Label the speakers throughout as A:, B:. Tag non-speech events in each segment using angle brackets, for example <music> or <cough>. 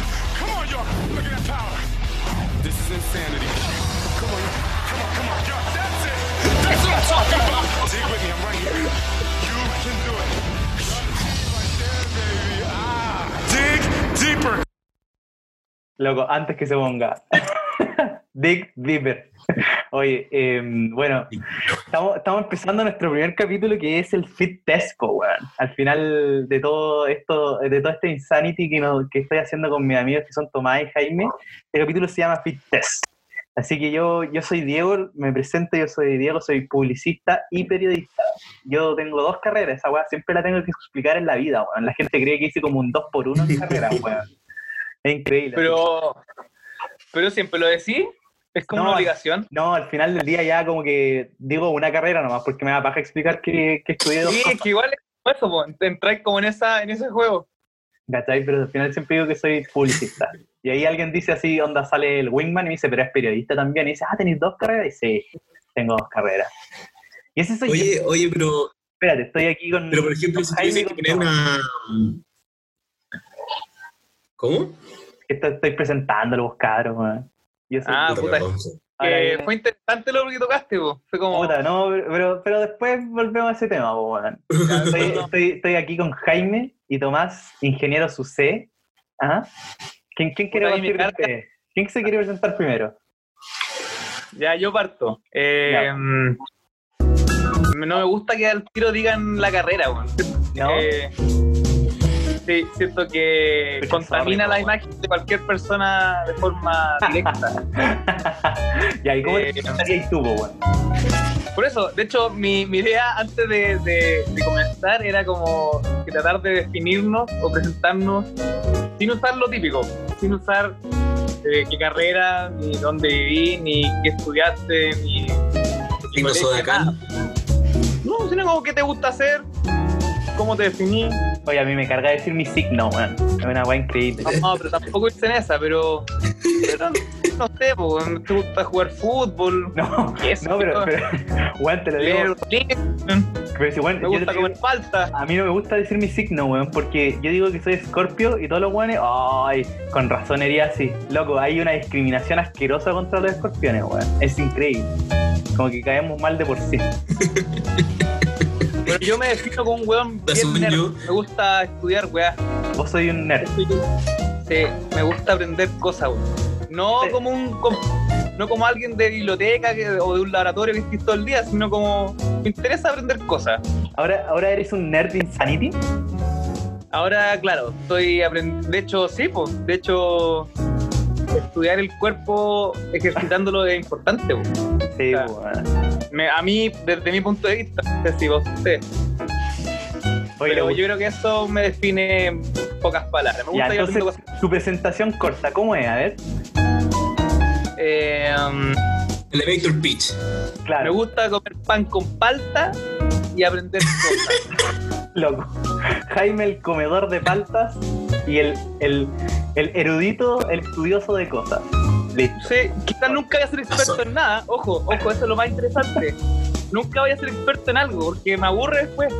A: New York. Look at that power. This is insanity. Come on, come on, come on. Yo, that's it. That's what I'm talking about. Take with me. I'm right here. You can do it. Right there, baby. Ah. Dig deeper.
B: Loco, antes que se ponga. <laughs> Dig Deeper. Oye, eh, bueno, estamos, estamos, empezando nuestro primer capítulo que es el Fit Test, weón. Al final de todo esto, de todo este insanity que, nos, que estoy haciendo con mis amigos que son Tomás y Jaime, el capítulo se llama Fit Test. Así que yo, yo soy Diego, me presento, yo soy Diego, soy publicista y periodista. Yo tengo dos carreras, esa weá siempre la tengo que explicar en la vida, weón. La gente cree que hice como un 2 por 1 en carrera, weón. Es increíble.
C: Pero, pero siempre lo decís. ¿Es como
B: No,
C: una obligación?
B: No, al final del día ya como que digo una carrera nomás, porque me da paja explicar que, que estudié dos
C: Sí,
B: cosas,
C: es que igual es como eso, po. entráis como en, esa, en ese juego.
B: ¿cachai? Pero al final siempre digo que soy publicista. Y ahí alguien dice así, onda, sale el wingman y me dice, pero es periodista también. Y dice, ah, ¿tenéis dos carreras? Y sí, tengo dos carreras. Y ese soy yo.
D: Oye, oye, pero,
B: Espérate, estoy aquí con...
D: pero por ejemplo, si
B: Jaime
D: tuviese que
B: con
D: poner
B: Tomás,
D: una. ¿Cómo?
B: que esto- Estoy presentándolo, vos cabros, weón. Yo soy-
C: Ah, puta.
B: Ahora
C: Que
B: viene-
C: fue interesante lo que tocaste, po. fue como... <laughs>
B: Puta, no, pero, pero después volvemos a ese tema, po, weón. Estoy, estoy- estoy aquí con Jaime y Tomás, ingeniero SUCE. Ajá. ¿Quién, quién quiere
C: Puta, ahí me
B: partir
C: carga.
B: usted? ¿Quién se quiere presentar primero?
C: Ya, yo parto. Eh,
B: Ya.
C: mm, No me gusta que al tiro digan la carrera, weón.
B: ¿No?
C: Eh, sí, siento que
B: Pucha,
C: contamina
B: sorry,
C: la
B: po,
C: imagen de cualquier persona de forma directa.
B: <laughs> ya, ¿y cómo te
C: eh,
B: presentarías tú, po, weón?
C: Por eso, de hecho, mi, mi idea antes de, de- de comenzar era como que tratar de definirnos o presentarnos sin usar lo típico, sin usar eh, qué carrera, ni dónde viví, ni qué estudiaste, ni... ni
D: Signo
C: colegio,
D: zodiacal.
C: nada. No, sino como qué te gusta hacer, cómo te definís.
B: Oye, a mí me carga decir mi signo, weón. Es una weá increíble. <laughs>
C: No, pero tampoco irse en esa, pero... pero no sé, po, te gusta jugar fútbol,
B: No,
C: ¿Qué es
B: no, pero,
C: esto?
B: pero weón, te lo
C: leer
B: digo.
C: un libro,
B: Pero si, weón,
C: me
B: yo te
C: gusta
B: digo-
C: comer palta.
B: A mí no me gusta decir mi signo, weón, porque yo digo que soy escorpio y todos los weones, ay, con razón hería así. Loco, hay una discriminación asquerosa contra los escorpiones, weón. Es increíble. Como que caemos mal de por sí.
C: Pero yo me defino como un weón
D: Te
C: bien
D: asumen
C: nerd.
D: yo.
C: Me gusta estudiar, weá.
B: Vos soy un nerd.
C: Sí, me gusta aprender cosas, weón. No
B: Sí.
C: como un... como- no como alguien de biblioteca que- o de un laboratorio que estés todo el día, sino como... Me interesa aprender cosas.
B: Ahora, ahora eres un nerd insanity.
C: Ahora, claro, estoy aprendiendo... De hecho, sí, pues. De hecho... Estudiar el cuerpo ejercitándolo es importante. po.
B: Sí,
C: Claro.
B: weón.
C: Me- a mí, desde mi punto de vista, no sé si vos, usted,
B: Oye,
C: pero
B: le-
C: yo creo que eso me define en pocas palabras. Me
B: ya,
C: gusta ir
B: entonces,
C: haciendo cosas.
B: tu presentación corta, ¿cómo es? A ver.
C: Eh, um,
D: Elevator pitch.
C: me
B: Claro,
C: gusta comer pan con palta y
B: <laughs>
C: aprender cosas.
B: loco. <laughs> Jaime, el comedor de paltas y el, el, el erudito, el estudioso de cosas. Listo.
C: Sí, quizás nunca voy a ser experto en nada. Ojo, ojo, eso es lo más interesante. Nunca voy a ser experto en algo porque me aburre después.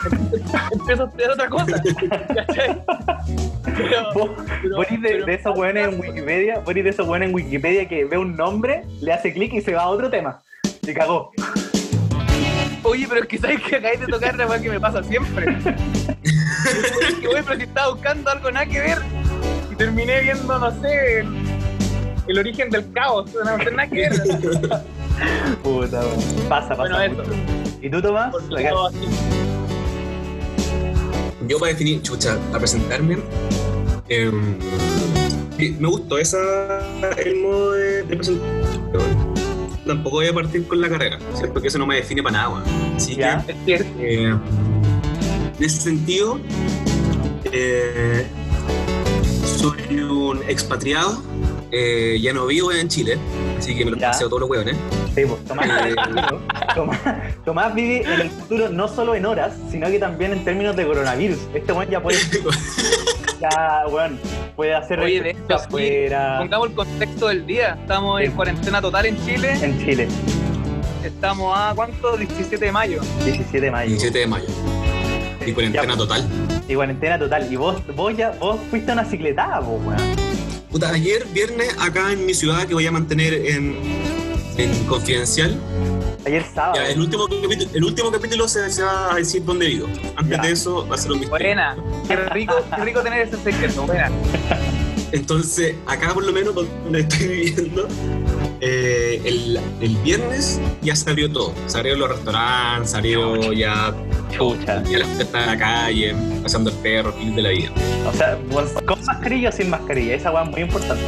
C: <laughs> Empiezo a estudiar otra cosa. ¿cachai? Pero-
B: <laughs> Vos-
C: pero-
B: Boris de,
C: pero-
B: de esos weones en Wikipedia, Boris de esos weones en Wikipedia que ve un nombre, le hace clic y se va a otro tema. Se cagó.
C: Oye, pero es que sabes que acabáis de tocar la weá que me pasa siempre.
B: <laughs>
C: es que, güey, pero si estaba buscando algo nada que ver y terminé viendo, no sé, el, el origen del caos. No sé, nada que
B: <laughs>
C: ver.
B: Puta, weón. Pasa, pasa.
C: Bueno, eso.
B: mucho. ¿Y tú, Tomás?
C: Porque
B: La ca-
C: todo así.
D: Yo para definir, chucha, a presentarme. eh, sí, me gustó esa, el modo de, de presentarme. Tampoco voy a partir con la carrera, ¿cierto? Que eso no me define para nada, weón. Así
B: Ya.
D: que
C: Es que
D: Eh, en ese sentido, eh, soy un expatriado. eh, ya no vivo en Chile, así que me lo
B: Ya.
D: paseo todos los hueones.
B: Sí, pues, Tomás,
D: Eh.
B: Tomás, Tomás vive en el futuro no solo en horas, sino que también en términos de coronavirus. Este weón ya puede. ya, weón, puede hacer
C: Oye, de
B: ejercicio
C: hecho, sí.
B: afuera.
C: pongamos el contexto del día. Estamos en
B: Sí.
C: cuarentena total en Chile.
B: En Chile,
C: Estamos a cuánto? 17 de mayo.
B: 17 de mayo.
D: 17 de mayo. Y cuarentena total.
B: Y cuarentena total. Y vos, vos ya, vos fuiste a una cicletada, vos, weón.
D: Puta, ayer, viernes, acá en mi ciudad, que voy a mantener en, en confidencial,
B: Ayer sábado.
D: ya, el, último capítulo, el último capítulo se, se va a decir dónde vivo. Antes
B: Ya.
D: de eso va a ser un misterio.
C: Buena. Qué rico, qué rico tener ese secreto. Buena.
D: Entonces, acá por lo menos donde <laughs> estoy viviendo, eh, el, el viernes ya se abrió todo. Se abrieron los restaurantes, se abrió ya,
B: Chucha.
D: ya las fiestas de la calle, pasando el perro, fin de la vida.
B: O sea, vos- con mascarilla o sin mascarilla, esa weá es muy importante.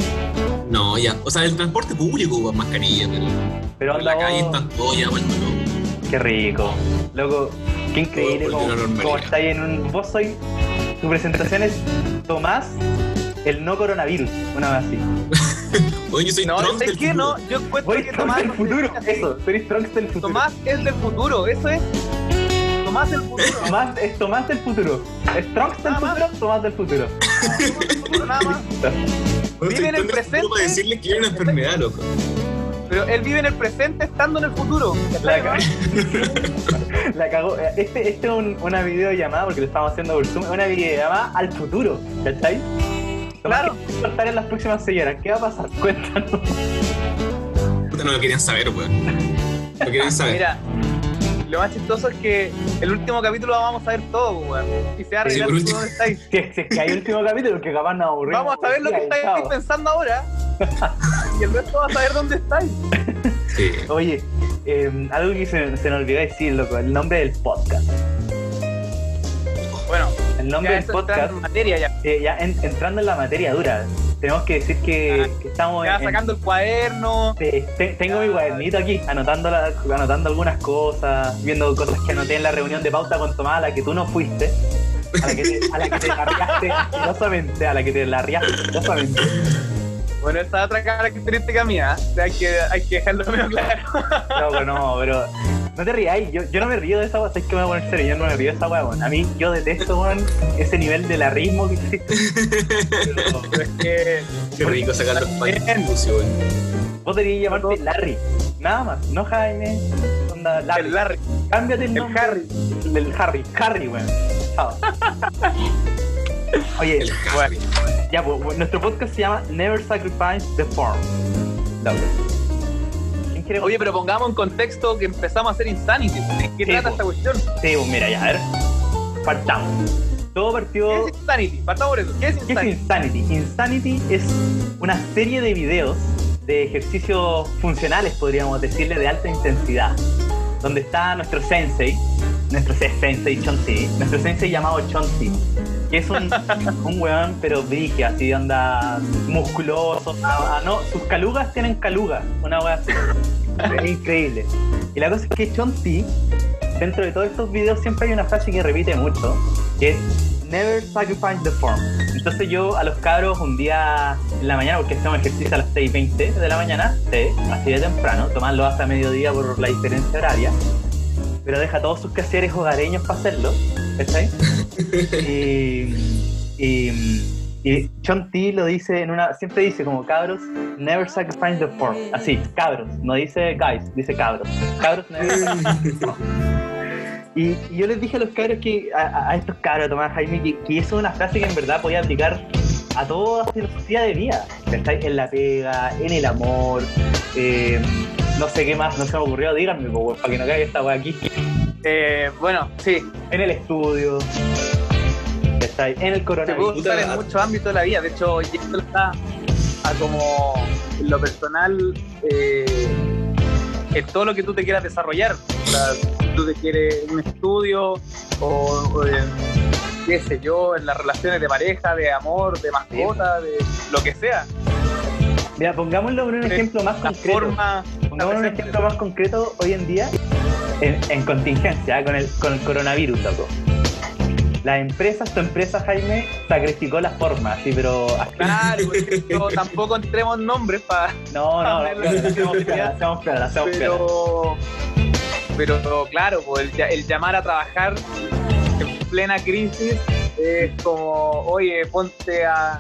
D: No, ya. O sea, el transporte público con mascarilla, pero
B: Pero
D: en la
B: anda
D: calle
B: vos-
D: están todos ya vuelto loco.
B: Qué rico. Loco, qué increíble
D: Todo
B: como,
D: volvió a la normalidad.
B: como estáis en un. Vos sois. Tu presentación es Tomás, el no coronavirus. Una vez así.
D: Oye, yo soy
C: No,
D: Trump
C: ¿sabes
D: del
C: qué? No,
D: futuro.
C: yo encuentro
B: Voy
C: que
B: Trunks
C: Tomás.
B: del futuro. Eso, tú eres Trunks del futuro.
C: Tomás es del futuro, eso es. Tomás del futuro.
B: Tomás es Tomás del futuro. Es Trunks del
C: Nada más.
B: futuro, Tomás del futuro.
C: Nada más.
D: Bueno,
C: Vive en el
D: estoy del futuro para
C: presente.
D: decirle que hay una enfermedad, loco.
C: Pero él vive en el presente estando en el futuro.
B: La,
C: ¿no?
B: ca- la cagó. Este, este es un- una videollamada, porque lo estamos haciendo por Zoom, es una videollamada al futuro, ¿cachai? Tomás,
C: Claro.
B: ¿qué va a pasar en las próximas seis horas? ¿Qué va a pasar? <laughs> Cuéntanos.
D: Puta, no lo querían saber, weón.
C: <laughs>
D: Lo querían saber.
C: Mira, lo más chistoso es que el último capítulo lo vamos a ver todo, weón. Y se va a
B: Sí,
C: arreglar
D: por
C: todo
D: último.
C: donde estáis.
B: Si es, si es que hay último capítulo, que capaz nos aburrimos.
C: Vamos a saber lo que
B: Chao.
C: estáis pensando ahora. Y el resto va a saber dónde estáis.
D: Sí.
B: Oye, eh, algo que se, se nos olvidó decir, loco, el nombre del podcast.
C: Bueno,
B: El nombre
C: ya
B: del
C: esto está
B: podcast,
C: en materia ya.
B: eh, ya en- entrando en la materia dura, tenemos que decir que, que estamos
C: Ah, Ya
B: en-
C: sacando el cuaderno.
B: Sí, te- tengo mi cuadernito aquí, anotando, la- anotando algunas cosas, viendo cosas que anoté en la reunión de pauta con Tomás, a la que tú no fuiste, a la que te, a la que te largaste asquerosamente, a la que te largaste asquerosamente.
C: Bueno, esa es otra característica mía. ¿eh? O sea, hay que, hay que dejarlo medio claro. <laughs>
B: No, pero no, pero no te rías, yo, yo no me río de esa weá, sabes que me voy a poner serio, yo no me río de esa weá, weón. A mí, yo detesto, weón, ese nivel de larrismo que existe. Pero
C: Pero <laughs> es que
D: Qué rico sacar los
C: Bien.
D: paños sucios, weón.
B: vos deberías llamarte Larry, nada más, no Jaime, onda Larry.
C: el Larry,
B: Cámbiate el
C: el
B: nombre.
C: Harry.
B: Del Harry, Harry, weón. Chao. <laughs> Oye,
D: El Harry.
B: ya, pues, bueno, nuestro podcast se llama Never Sacrifice the Form. Dale. ¿Quién quiere?
C: Oye, pero pongamos en contexto que empezamos a hacer Insanity. ¿De qué
B: Sí,
C: trata
B: po.
C: esta cuestión?
B: Sí, pues, mira, ya, a ver. Partamos. Todo
C: ¿Qué
B: partió.
C: es Insanity? Partamos por eso. ¿Qué es
B: ¿Qué es
C: Insanity?
B: Insanity? Insanity es una serie de videos de ejercicios funcionales, podríamos decirle, de alta intensidad. Donde está nuestro sensei, nuestro se- sensei Chonsi, nuestro sensei llamado Chonsi, que es un, un weón pero brige, así de onda musculoso. ah, ah, no, sus calugas tienen calugas, una weá así. Es increíble. Y la cosa es que Chonsi, dentro de todos estos videos, siempre hay una frase que repite mucho, que es Never sacrifice the form. Entonces yo a los cabros un día en la mañana, porque hacemos ejercicio a las 6.20 de la mañana, sí, así de temprano, tomarlo hasta mediodía por la diferencia horaria, pero deja todos sus quehaceres hogareños para hacerlo, ¿cachai? y, y, y Chonti lo dice en una, siempre dice como cabros, never sacrifice the form. Así, cabros, no dice guys, dice cabros. Cabros never y, y yo les dije a los cabros que, a- a, a estos cabros, Tomás Jaime, que, que eso es una frase que en verdad podía aplicar a toda filosofía de vida. ¿Cachai? En la pega, en el amor, eh, no sé qué más, no se me ocurrió, díganme, po, weón, para que no caiga esta weá aquí.
C: Eh, bueno, sí,
B: En el estudio, ¿cachai? En el
C: se puede
B: coronavirus.
C: usar en
D: puta-
C: muchos ámbitos de la vida. De hecho, ya esto está a como en lo personal, eh, en todo lo que tú te quieras desarrollar. O sea, si tú te quieres un estudio o, o en, qué sé yo, en las relaciones de pareja, de amor, de mascota, de lo que sea.
B: Mira, pongámoslo en un
C: Sí,
B: ejemplo más
C: La
B: concreto.
C: forma...
B: Pongamos un
C: presente.
B: ejemplo más concreto hoy en día en, en contingencia, ¿eh? con el, con el coronavirus, loco. Las empresas, tu empresa, Jaime, sacrificó las formas, sí, pero...
C: Claro, porque yo tampoco entremos en nombres para...
B: No, no,
C: Ah,
B: no, no, no, hacemos piola, hacemos piola, hacemos piola.
C: pero pero claro pues, el, ll- el llamar a trabajar en plena crisis es como oye ponte a,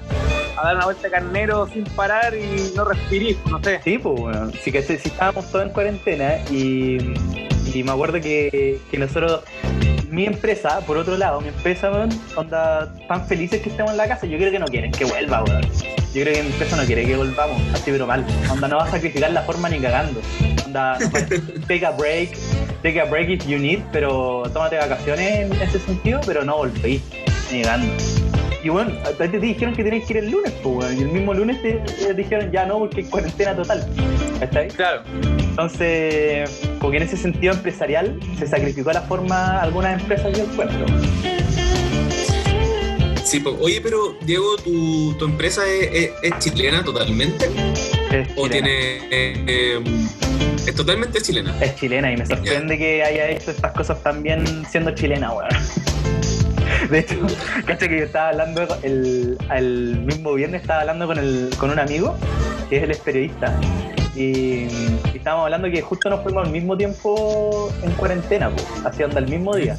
C: a dar una vuelta carnero sin parar y no respirís no sé
B: Sí, pues, bueno, sí que sí, sí, estábamos todos en cuarentena y, y me acuerdo que, que nosotros mi empresa, por otro lado, mi empresa, weón, onda, tan felices que estemos en la casa, yo creo que no quieren que vuelva, weón. Yo creo que mi empresa no quiere que volvamos, así pero mal. Onda, no va a sacrificar la forma ni cagando. Onda, no puedes, take a break, take a break if you need, pero tómate vacaciones en ese sentido, pero no volvéis ni cagando. Y bueno, antes te dijeron que tenéis que ir el lunes, pues, weón, y el mismo lunes te, te dijeron ya no, porque cuarentena total. ¿Está ahí?
C: Claro.
B: Entonces, como que en ese sentido empresarial se sacrificó la forma algunas empresas yo encuentro.
D: Sí, po. oye, pero Diego, ¿tu, tu empresa es, es- es chilena totalmente?
B: Es
D: ¿O
B: chilena.
D: tiene... eh, eh, es totalmente chilena?
B: Es chilena y me sorprende que haya hecho estas cosas también siendo chilena, weón. <laughs> De hecho, cacho que yo estaba hablando el, el mismo viernes estaba hablando con el, con un amigo, que es el periodista. Y, y estábamos hablando que justo nos fuimos al mismo tiempo en cuarentena, pues, así onda el mismo día.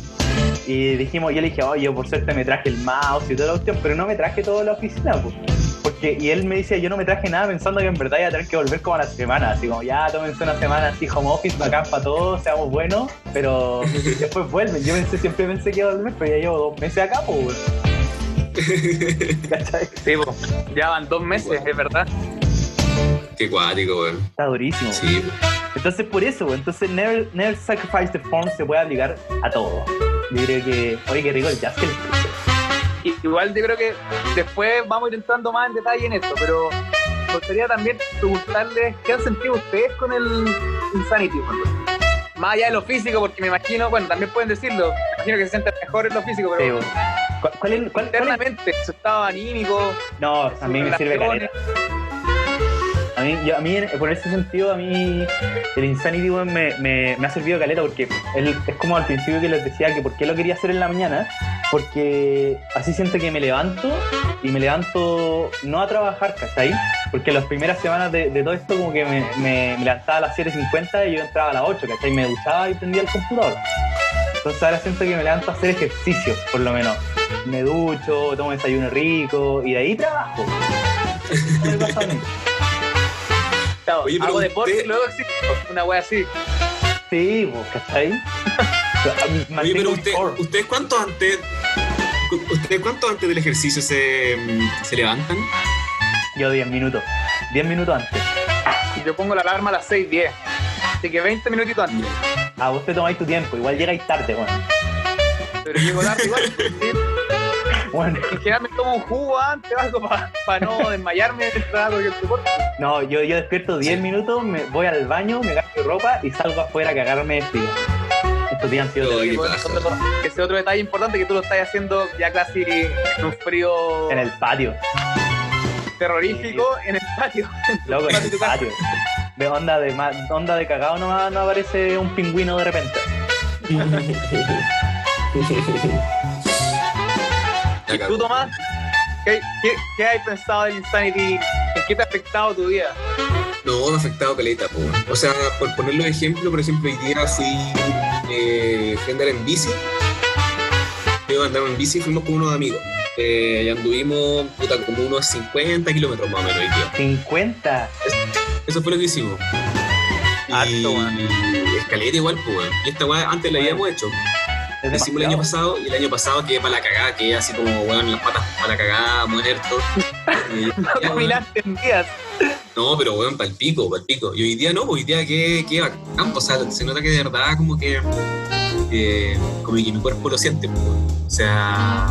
B: Y dijimos, yo le dije, oye, yo por suerte me traje el mouse y toda la opción, pero no me traje toda la oficina, pues. Porque, y él me decía, yo no me traje nada pensando que en verdad iba a tener que volver como a la semana, así como ya tómense una semana así home office, bacán para todos, seamos buenos, pero después vuelven. Yo pensé, siempre pensé que iba a volver, pero ya llevo dos meses acá, pues, weón. ¿Cachai?
C: Sí, po. ya van dos meses,
D: Bueno.
C: es verdad.
D: Qué cuático, weón.
B: Está durísimo.
D: Sí, po.
B: Entonces por eso, güey, entonces never, never sacrifice the form se puede aplicar a todo. Yo creo que, oye, qué rico el jazz que le puse.
C: Y- Igual yo creo que después vamos a ir entrando más en detalle en esto, pero me gustaría también preguntarles qué han sentido ustedes con el Insanity. bueno. Más allá de lo físico, porque me imagino, bueno, también pueden decirlo, me imagino que se sienten mejor en lo físico,
B: Sí,
C: pero
B: güey. ¿Cuál, cuál es- cuál- cuál es-
C: internamente, su estado anímico,
B: No, a mí me sirve caleta. A mí, yo- a mí, en- por ese sentido, a mí el Insanity weón, me, me- me ha servido caleta porque el- es como al principio que les decía que por qué lo quería hacer en la mañana, porque así siento que me levanto y me levanto no a trabajar, ¿cachai? Porque las primeras semanas de, de todo esto como que me, me- me levantaba a las 7.50 y yo entraba a las 8, ¿cachai? Me duchaba y prendía el computador. Entonces ahora siento que me levanto a hacer ejercicio, por lo menos. Me ducho, tomo desayuno rico y de ahí trabajo. Eso me pasa a mí.
C: Claro,
D: Oye, pero
C: hago
D: usted-
C: deporte y luego existe una wea así.
B: Sí, vos, ¿cachai?
D: <laughs> Oye,
B: Mantengo
D: pero
B: un
D: usted,
B: core.
D: ¿ustedes cuánto antes... cu- ¿Ustedes cuánto antes del ejercicio se, mm, se levantan?
B: Yo 10 minutos. 10 minutos antes.
C: Yo pongo la alarma a las 6.10, así que 20 minutitos antes.
B: A Ah, vos te tomáis tu tiempo, igual llegáis tarde, <laughs> bueno.
C: Pero llego tarde igual. sí.
B: Bueno,
C: En general me tomo un jugo antes o algo para no desmayarme mientras hago el deporte.
B: no, yo, yo despierto 10
D: Sí.
B: minutos, me voy al baño, me cambio ropa y salgo afuera a cagarme de frío. Estos días han sido
D: Oye, pues,
B: terribles.
C: Sí,
D: qué
C: bueno,
D: paja.
C: ese otro- Ese otro detalle importante que tú lo estás haciendo ya casi en un frío
B: en el patio.
C: terrorífico en el patio.
B: Loco, en
C: Patio
B: el
C: de casa.
B: patio. De onda de ma- onda de cagado no, no aparece un pingüino de repente.
D: Ya
C: ¿Tú,
D: cago.
C: Tomás? ¿Qué, qué, qué has pensado del Insanity? ¿En qué te ha afectado tu vida?
D: No, me ha afectado caleta, po. O sea, por ponerlo de ejemplo, por ejemplo, hoy día fui, eh, fui a andar en bici. Yo andar en bici, fuimos con unos amigos. Eh, y anduvimos, puta, como unos 50 kilómetros más o menos hoy día.
B: 50.
D: Eso fue lo que hicimos.
C: Harto, weón.
D: y escaleta igual, pues, weón. Y esta weá antes la habíamos hecho.
B: Es
D: Lo hicimos el año
B: demasiado.
D: pasado y el año pasado quedé para la cagada, quedé así como, weón, las patas para la cagada, muerto. Y- ya, weón.
C: Caminaste en días.
D: No, pero weón, pa'l pico, pa'l pico. Y hoy día no, hoy día que, que bacán, o sea, se nota que de verdad como que, eh, como que mi cuerpo lo siente, pues, weón. O sea,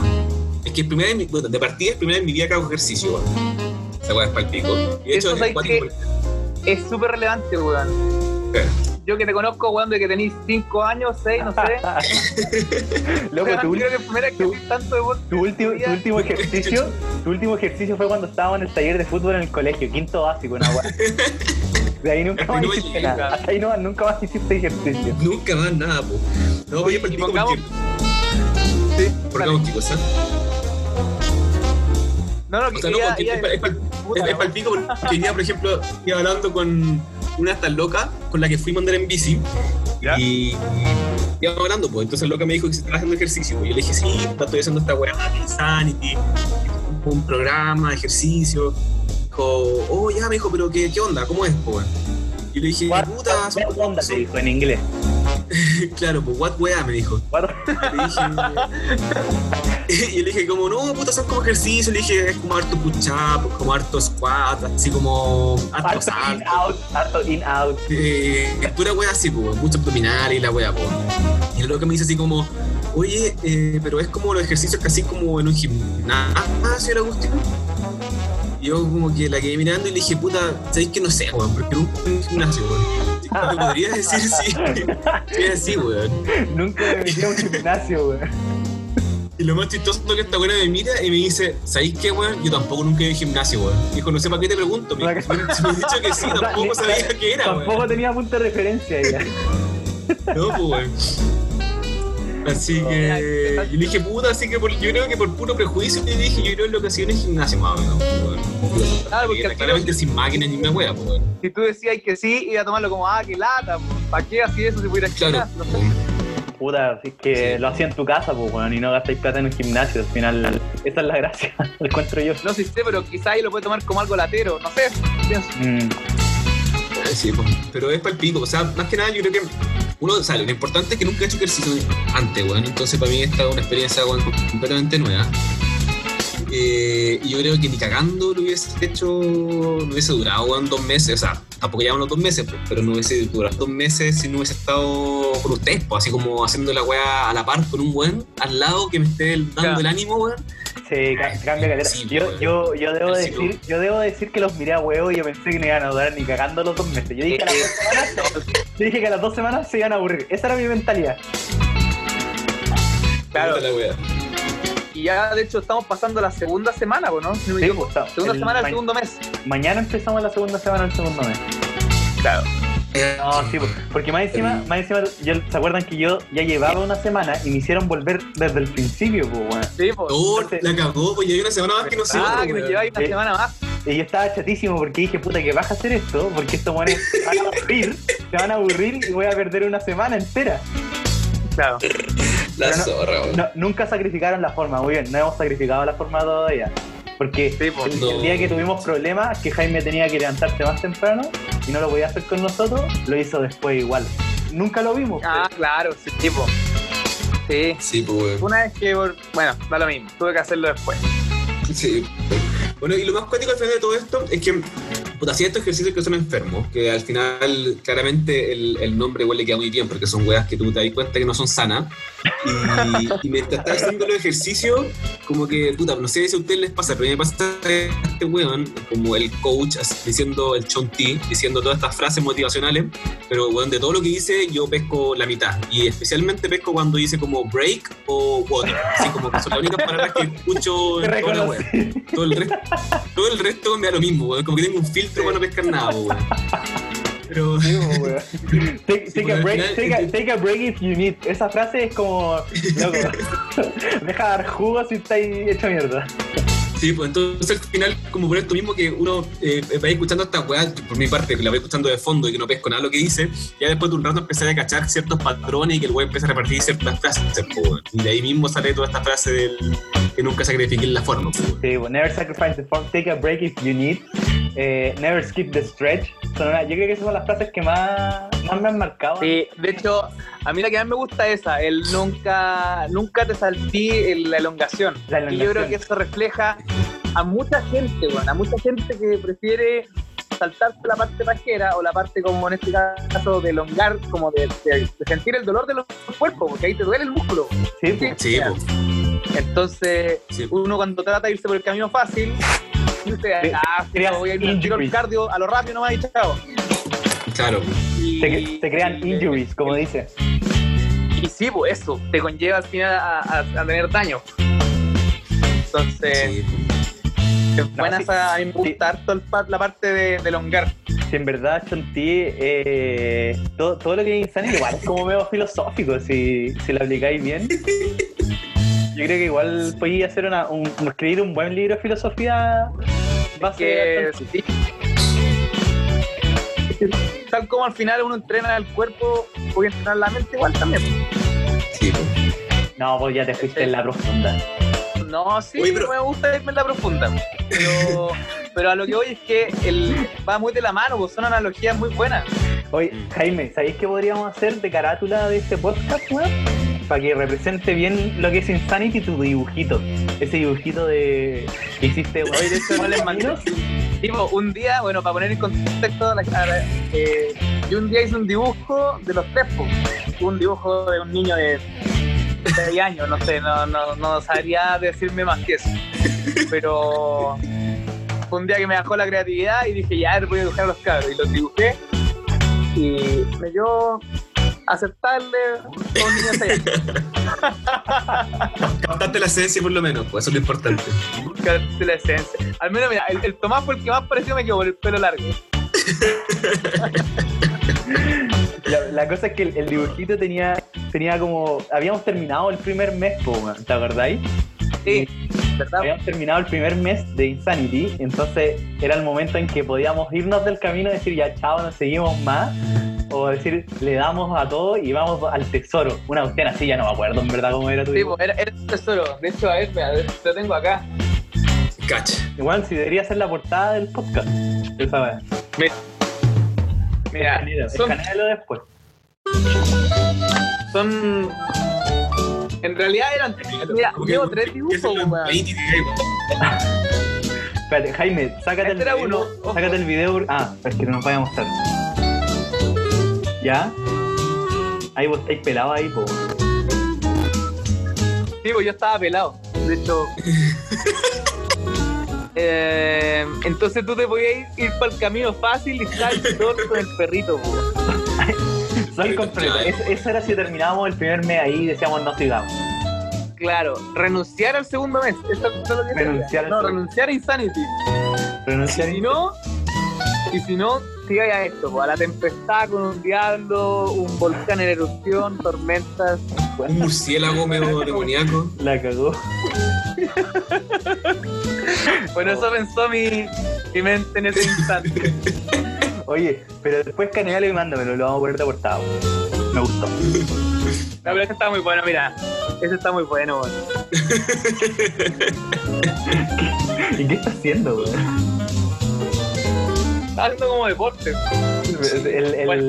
D: es que es primera vez, en mi- bueno, de partida es primera vez en mi vida que hago ejercicio, weón. Esa weá es pa'l pico. Y de
C: Eso
D: hecho,
C: sabes
D: es cuático
C: que- Es súper relevante, weón.
D: porque-
C: Yo que te conozco, weón, de que tenés 5 años, 6, no
D: <laughs>
C: sé.
B: <laughs> Loco, tú,
C: creo que primera vez que
B: tú-
C: vi tanto deporte.
B: Tu último, tu último ejercicio, tu último ejercicio fue cuando estábamos en el taller de fútbol en el colegio, quinto básico, una weá. De ahí
D: <laughs>
B: nunca más
D: No
B: hiciste
D: llegué,
B: nada. Hasta ahí no, nunca más hiciste ejercicio.
D: <laughs> Nunca más nada, po. No,
C: Oye,
D: voy a partir
C: y pongamos-
D: Sí, pongamos qué cosa.
C: No, no,
D: O
C: que
D: sea, no,
C: ya-
D: porque
C: ya-
D: es pa'l- es pa'l-
C: puta,
D: es, es
C: weón.
D: palpico porque hoy día, por ejemplo, estoy hablando con una de estas locas con la que fuimos a andar en bici.
C: Ya.
D: Y y íbamos hablando, pues. Entonces, loca me dijo que se estaba haciendo ejercicio. Y yo le dije, sí, puta, estoy haciendo esta weá de Insanity, un programa de ejercicio. Dijo, oh, ya, me dijo, pero ¿qué, qué onda? ¿Cómo es, pues? Y le dije,
B: What-
D: puta, son-
B: What onda te
D: son-
B: dijo en inglés?
D: dije, claro, pues what weá, me dijo.
B: What-
D: Le dije, <laughs> y le dije, como, no, puta, son como ejercicios. Le dije, es como harto push up, como harto squat, así como harto
B: Harto in
D: salto.
B: out, harto in out.
D: Eh, pura wea así, pues, mucho abdominal y la wea, pues. Y el loco me dice así como, oye, eh, pero es como los ejercicios casi como en un gimnasio, el Agustín. Y yo como que la quedé mirando y le dije, puta, ¿sabéis que no sé, weón? Porque nunca fui a un gimnasio, weón. <laughs> ¿Me podrías decir sí? <laughs> Sí, es así, weón.
B: Nunca me metí a un gimnasio, weón.
D: Y lo más chistoso es que esta buena me mira y me dice, ¿sabéis qué, weón? Yo tampoco nunca he ido al gimnasio, weón. Dijo, no sé para qué te pregunto. Me dijo, si me has dicho que sí,
B: O sea,
D: tampoco
B: ni-
D: sabía qué era, weón.
B: Tampoco tenía punto de referencia ella.
D: No, pues, weón. Así que. Yo le dije, puta, así que por, yo creo que por puro prejuicio le dije, yo creo que lo que hacía en el gimnasio más o menos, pues, weón.
C: Claro, porque
D: Era
C: al tiro,
D: claramente sin máquina ni una wea, pues, weón.
C: si tú decías que sí, iba a tomarlo como, ah, qué lata, ¿para qué así eso si pudiera
D: Claro. pues,
C: gimnasio?
B: Puta, si es que
D: Sí.
B: lo hacía en tu casa, pues, weón, y no gastáis plata en un gimnasio. Al final, esa es la gracia, <laughs> lo encuentro yo.
C: No sé si sé, pero quizá ahí lo puede tomar como algo latero, no sé. pienso.
B: Mm,
D: Sí, pues. Pero es para el pico, o sea, más que nada yo creo que. Uno sale, lo importante es que nunca he hecho ejercicio antes, weón. Entonces para mí esta es una experiencia weón, completamente nueva. Eh, y yo creo que ni cagando lo hubiese hecho, no hubiese durado weón, dos meses, o sea, tampoco llevan los dos meses, pues, pero no hubiese durado dos meses si no hubiese estado con ustedes, pues, así como haciendo la weá a la par con un weón al lado que me esté dando
C: Claro.
D: el ánimo, weón.
B: se ca- se cambia caleta.
D: Sí,
B: Yo,
D: weón.
B: yo, yo, debo
D: Así como-
B: decir, yo debo decir que los miré a huevo y yo pensé que no iban a durar ni cagando los dos meses. Yo dije, que a las dos semanas, yo dije que a las dos semanas se iban a aburrir. Esa era mi mentalidad.
C: Claro.
D: Puta la weá.
C: Y ya, de hecho, estamos pasando la segunda semana, ¿o ¿no? Si no me
B: Sí,
C: equivoco.
B: pues, está-
C: Segunda
B: el
C: semana, el
B: ma-
C: segundo mes.
B: Mañana empezamos la segunda semana del segundo mes.
C: Claro.
B: No, sí,
C: pues.
B: po- porque más encima, más encima yo- ¿se acuerdan que yo ya llevaba una semana y me hicieron volver desde el principio, pues, weón?
C: Sí, pues.
D: Oh, la cagó, pues ya hay una semana más que no sé.
C: ah, que
D: weón.
C: nos lleváis una
B: Sí.
C: semana más.
B: Y yo estaba chatísimo porque dije, puta, que vas a hacer esto, porque estos weones se van a aburrir, se van a aburrir y voy a perder una semana entera.
C: Claro.
D: La
B: Pero no-
D: zorra, weón.
B: No, nunca sacrificaron la forma, muy bien, no hemos sacrificado la forma todavía. Porque
C: Sí, po.
B: el,
D: pues, No.
B: el día que tuvimos problemas, que Jaime tenía que levantarse más temprano y no lo podía hacer con nosotros, lo hizo después igual. Nunca lo vimos.
C: Ah, claro, sí, tipo. Sí.
D: Sí, pues, weón.
C: Una vez que, por- bueno, da lo mismo, tuve que hacerlo después.
D: Sí. Bueno, y lo más cuático al final de todo esto es que puta, hacía estos ejercicios que son enfermos, que al final claramente el, el nombre igual le queda muy bien porque son weas que tú te das cuenta que no son sanas. Y, y mientras estás haciendo los ejercicios, como que, puta, no sé si a ustedes les pasa, pero a mí me pasa este weón, como el coach así, diciendo el chonti, diciendo todas estas frases motivacionales, pero weón, de todo lo que dice, yo pesco la mitad. Y especialmente pesco cuando dice como break o water. Así como que son las únicas palabras que
B: Te
D: escucho en toda la
B: reconocí.
D: wea todo el resto, todo el resto me da lo mismo, weón. Como que tengo un filtro para no pescar nada, weón. Pero
B: Sí, po, weón.
D: <laughs>
B: Take,
D: Sí,
B: take a
D: weón,
B: break,
D: al final-
B: take, a, take a break if you need. Esa frase es como. Loco, <laughs> deja de dar jugo si estáis hecho mierda.
D: sí, pues entonces al final, como por esto mismo que uno eh, va escuchando esta weá, que por mi parte, que la voy escuchando de fondo y que no pesco nada lo que dice, ya después de un rato empecé a cachar ciertos patrones y que el weón empieza a repartir ciertas frases, po, weón. Y de ahí mismo sale toda esta frase del que nunca sacrifiquen la forma, po, weón.
B: Sí, po, never sacrifice the form, take a break if you need. Eh, never skip the stretch. Son una- yo creo que esas son las frases que más, más me han marcado.
C: Sí, de hecho, a mí la que más me gusta es esa, el nunca, nunca te saltí el- la elongación.
B: La
C: Y yo creo
B: elongación.
C: que eso refleja a mucha gente, bueno, a mucha gente que prefiere saltarse la parte pajera o la parte como en este caso de elongar, como de, de- de sentir el dolor de los cuerpos, porque ahí te duele el músculo.
B: Sí, pues. po.
D: Sí, po,
C: Entonces,
D: sí, po.
C: uno cuando trata de irse por el camino fácil, dice, ah, sí,
B: Creas
C: voy a ir al tiro al
B: injuries.
C: cardio a lo rápido nomás y chao.
D: claro.
B: se, se crean
C: Y-
B: injuries, como dice.
C: Y sí, pues eso te conlleva al final a, a- a tener daño. Entonces,
D: Sí, po.
C: es buena
B: sí,
C: esa, a mí me
B: sí.
C: gusta harto el pa- la parte de, de longar.
B: Si en verdad, Chonti, eh, todo, todo lo que es Insanity igual es como medio filosófico, si, si lo aplicáis bien. Yo creo que igual podéis hacer una, un, escribir un buen libro de filosofía base
C: Que
B: de Chonti.
C: sí. Tal como al final uno entrena el cuerpo, voy a entrenar la mente igual también.
D: Sí, po.
B: No, pues ya te fuiste en la profunda.
C: No, sí,
D: Oye, pero-
C: me gusta irme en la profunda. Pero, pero a lo que voy es que el, va muy de la mano, pues, son analogías muy buenas.
B: Oye,
D: Mm.
B: Jaime, ¿sabéis qué podríamos hacer de carátula de este podcast, weón? Para que represente bien lo que es Insanity tu dibujito. Ese dibujito de que hiciste, weón.
C: Oye, de hecho,
B: <laughs>
C: no les mandé. Tipo, un día, bueno, para poner en contexto a la cara, eh, yo un día hice un dibujo de los tres, po. un dibujo de un niño de 6 años, no sé, no, no, no sabría decirme más que eso. Pero fue un día que me bajó la creatividad y dije, ya, a ver, voy a dibujar a los cabros. Y los dibujé y me dio aceptarle a un niño de 6 años.
D: Captaste la esencia por lo menos, pues eso es lo importante.
C: Buscarte la esencia. Al menos, mira, el, el Tomás fue el que más pareció me quedó por el pelo largo.
B: La, la cosa es que el, el dibujito tenía, tenía como. Habíamos terminado el primer mes, po, weón, ¿te acordáis?
C: Sí, ¿verdad?
B: Habíamos terminado el primer mes de Insanity, entonces era el momento en que podíamos irnos del camino y decir ya chao, no seguimos más. O decir, le damos a todo y vamos al tesoro. Una cuestión así, ya no me acuerdo en verdad cómo era tu
C: Sí,
B: dibujo.
C: pues, era, era un tesoro. De hecho, a ver, mira, lo tengo acá.
D: Cacha.
B: Igual si debería ser la portada del podcast. Esa weá.
C: Mira,
B: Escanealo,
C: son,
B: escanealo después.
C: son. En realidad eran. Mira,
D: Como que-
C: llevo tres
D: que
C: dibujos,
D: eso es lo
C: weón.
D: 20 que hay, weón.
B: Espérate, Jaime, sácate el
C: Este era
B: video.
C: uno, ojo.
B: Sácate el video. por- Ah, es que no nos vaya a mostrar. ¿Ya? Ahí vos estáis pelado ahí, po.
C: Sí, pues, yo estaba pelado. De hecho. Eh, entonces tú te podías ir, para el camino fácil y estar solo con el perrito, weón.
B: Soy completo. Es- eso era si terminábamos el primer mes ahí y decíamos no sigamos.
C: Claro, renunciar al segundo mes. Eso es lo que era.
B: Renunciar al
C: No,
B: segundo.
C: renunciar a Insanity.
B: Renunciar
C: Y <laughs> si no, y si no, sigue a esto, po, a la tempestad con un diablo, un volcán en erupción, tormentas.
D: Un murciélago <laughs> medio demoníaco.
B: La cagó. <laughs>
C: Bueno, eso pensó mi, mi mente en ese instante.
B: Oye, pero después escanealo y mándamelo, lo vamos a poner de portada. po. Me gustó. <laughs>
C: La verdad está muy bueno, mira. Ese está muy bueno, weón.
B: ¿Y qué está haciendo, weón?
C: Está haciendo como deporte.
B: <laughs> El, el,
C: Bueno.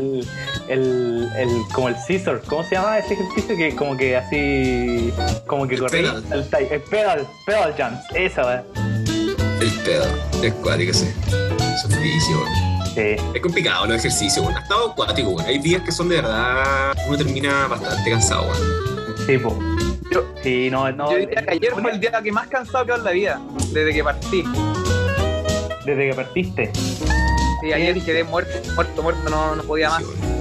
B: el- el- como el scissor, ¿cómo se llama ese ejercicio que como que así, como que
D: El
B: corrí,
D: pedal.
B: saltáis? El pedal, pedal jumps, eh. esa, weón.
D: El pedo. Es cuático, sí. Eso es difícil, weón.
B: Sí.
D: Es complicado los ejercicios, weón. Ha estado acuático, weón. Hay días que son de verdad. Uno termina bastante cansado, weón.
B: Sí, po.
C: Yo-
B: Sí, no, no.
C: Yo diría que ayer fue el día que más cansado que en la vida, desde que partí.
B: Desde que partiste.
C: Sí, ayer quedé muerto, muerto, muerto, no, no podía más.
D: Sí, weón.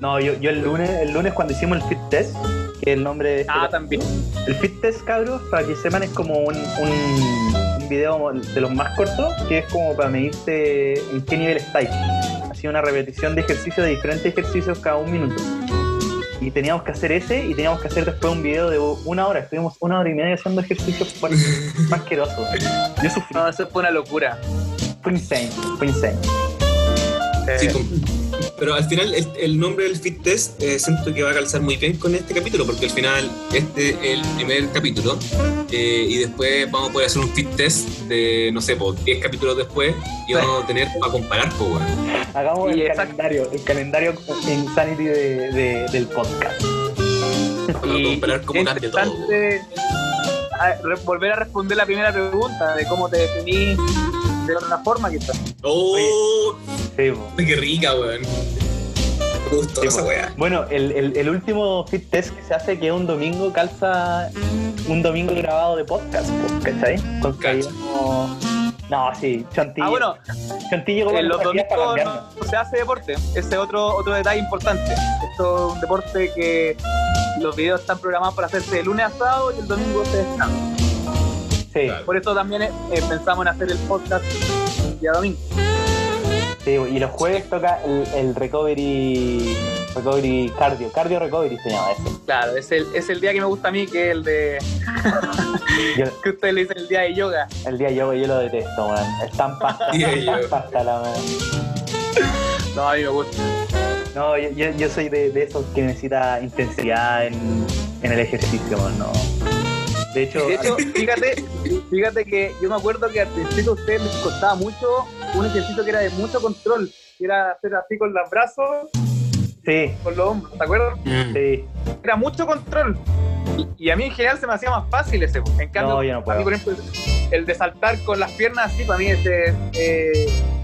B: No, yo, yo el lunes, el lunes cuando hicimos el fit test, que el nombre de este
C: Ah, también.
B: El fit test, cabros, para que sepan, es como un, un- un video de los más cortos, que es como para medirte en qué nivel estáis. Hacía una repetición de ejercicios, de diferentes ejercicios cada un minuto. Y teníamos que hacer ese y teníamos que hacer después un video de una hora. Estuvimos una hora y media haciendo ejercicios por-
C: <laughs>
B: más asquerosos. Yo sufrí.
C: No, eso fue una locura.
B: Fue insane, fue insane.
C: Eh,
D: Sí, com- pero al final el, el nombre del fit test eh, siento que va a calzar muy bien con este capítulo porque al final este es el primer capítulo eh, y después vamos a poder hacer un fit test de no sé, pues 10 capítulos después y vamos a tener para comparar, pues, weón.
B: Hagamos
C: Sí,
B: el
C: exacto.
B: calendario, el calendario insanity de- de- del podcast.
D: Vamos a comparar cómo
C: es
D: cambia todo. weón.
C: interesante a- re- volver a responder la primera pregunta de cómo te definís de otra forma quizás. Ah,
D: ¡Oh!
B: Sí, po.
D: ¡Qué rica, weón! Me gustó
B: Sí, pues.
D: esa
B: po.
D: weá.
B: Bueno, el, el- el último fit test que se hace, que es un domingo, calza un domingo grabado de podcast, po, ¿cachai? Entonces,
D: Cacha.
B: ahí como- No, sí, Chanti.
C: Ah, bueno,
B: Chanti llegó
C: en
B: con
C: los
B: las ideas para
C: domingos
B: cambiarnos.
C: no se hace deporte. Ese es otro, otro detalle importante. Esto es un deporte que los videos están programados para hacerse de lunes a sábado y el domingo se descansa.
B: Sí,
D: Claro.
C: Por eso también eh, pensamos en hacer el podcast el día domingo.
B: sí, y los jueves toca el, el recovery. Recovery cardio. Cardio recovery se llama eso.
C: Claro, es el, es el día que me gusta a mí, que es el de...
B: Yo-
C: que ustedes le dicen el día de yoga.
B: el día yo, yo lo detesto, man. Es tan
C: <laughs>
B: pasta.
D: Día
B: es
D: yo.
B: tan pasta la man.
C: No, a mí me gusta.
B: No, yo, yo, yo soy de, de esos que necesita intensidad en, en el ejercicio, man, no. De hecho,
C: De hecho, fíjate, fíjate que yo me acuerdo que al principio a ustedes les costaba mucho un ejercicio que era de mucho control, que era hacer así con los brazos,
B: sí,
C: con los hombros, ¿te acuerdas?
B: sí.
C: Era mucho control. Y, y a mí en general se me hacía más fácil ese. pues. En cambio,
B: No, yo no
C: a mí,
B: puedo.
C: por ejemplo, el de saltar con las piernas así, para mí es, eh, eh,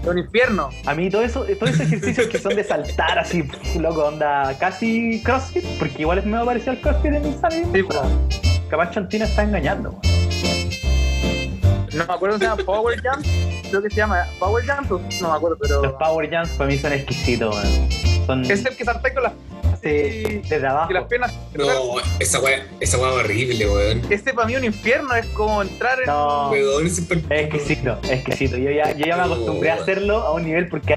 C: es un infierno.
B: A mí todo eso, todos esos ejercicios que son de saltar así, <laughs> pf, loco, onda casi crossfit, porque igual me va a parecer el crossfit en Instagram.
C: Sí, pues, po.
B: Capaz Chontina está engañando. weón.
C: No me acuerdo si se llama Power Jump, creo que se llama Power Jump, o- no me acuerdo,
B: Los
C: pero
B: power jumps para mí son exquisitos, weón. Son
C: es el que saltáis con las,
B: sí, desde abajo.
C: y Este las piernas.
D: No, esa weá, esa weá horrible, weón.
C: Ese para este mí es un infierno, es como entrar en...
B: No, es
D: Weón, ese per-
B: exquisito, es exquisito. Yo ya, yo ya me acostumbré a hacerlo a un nivel porque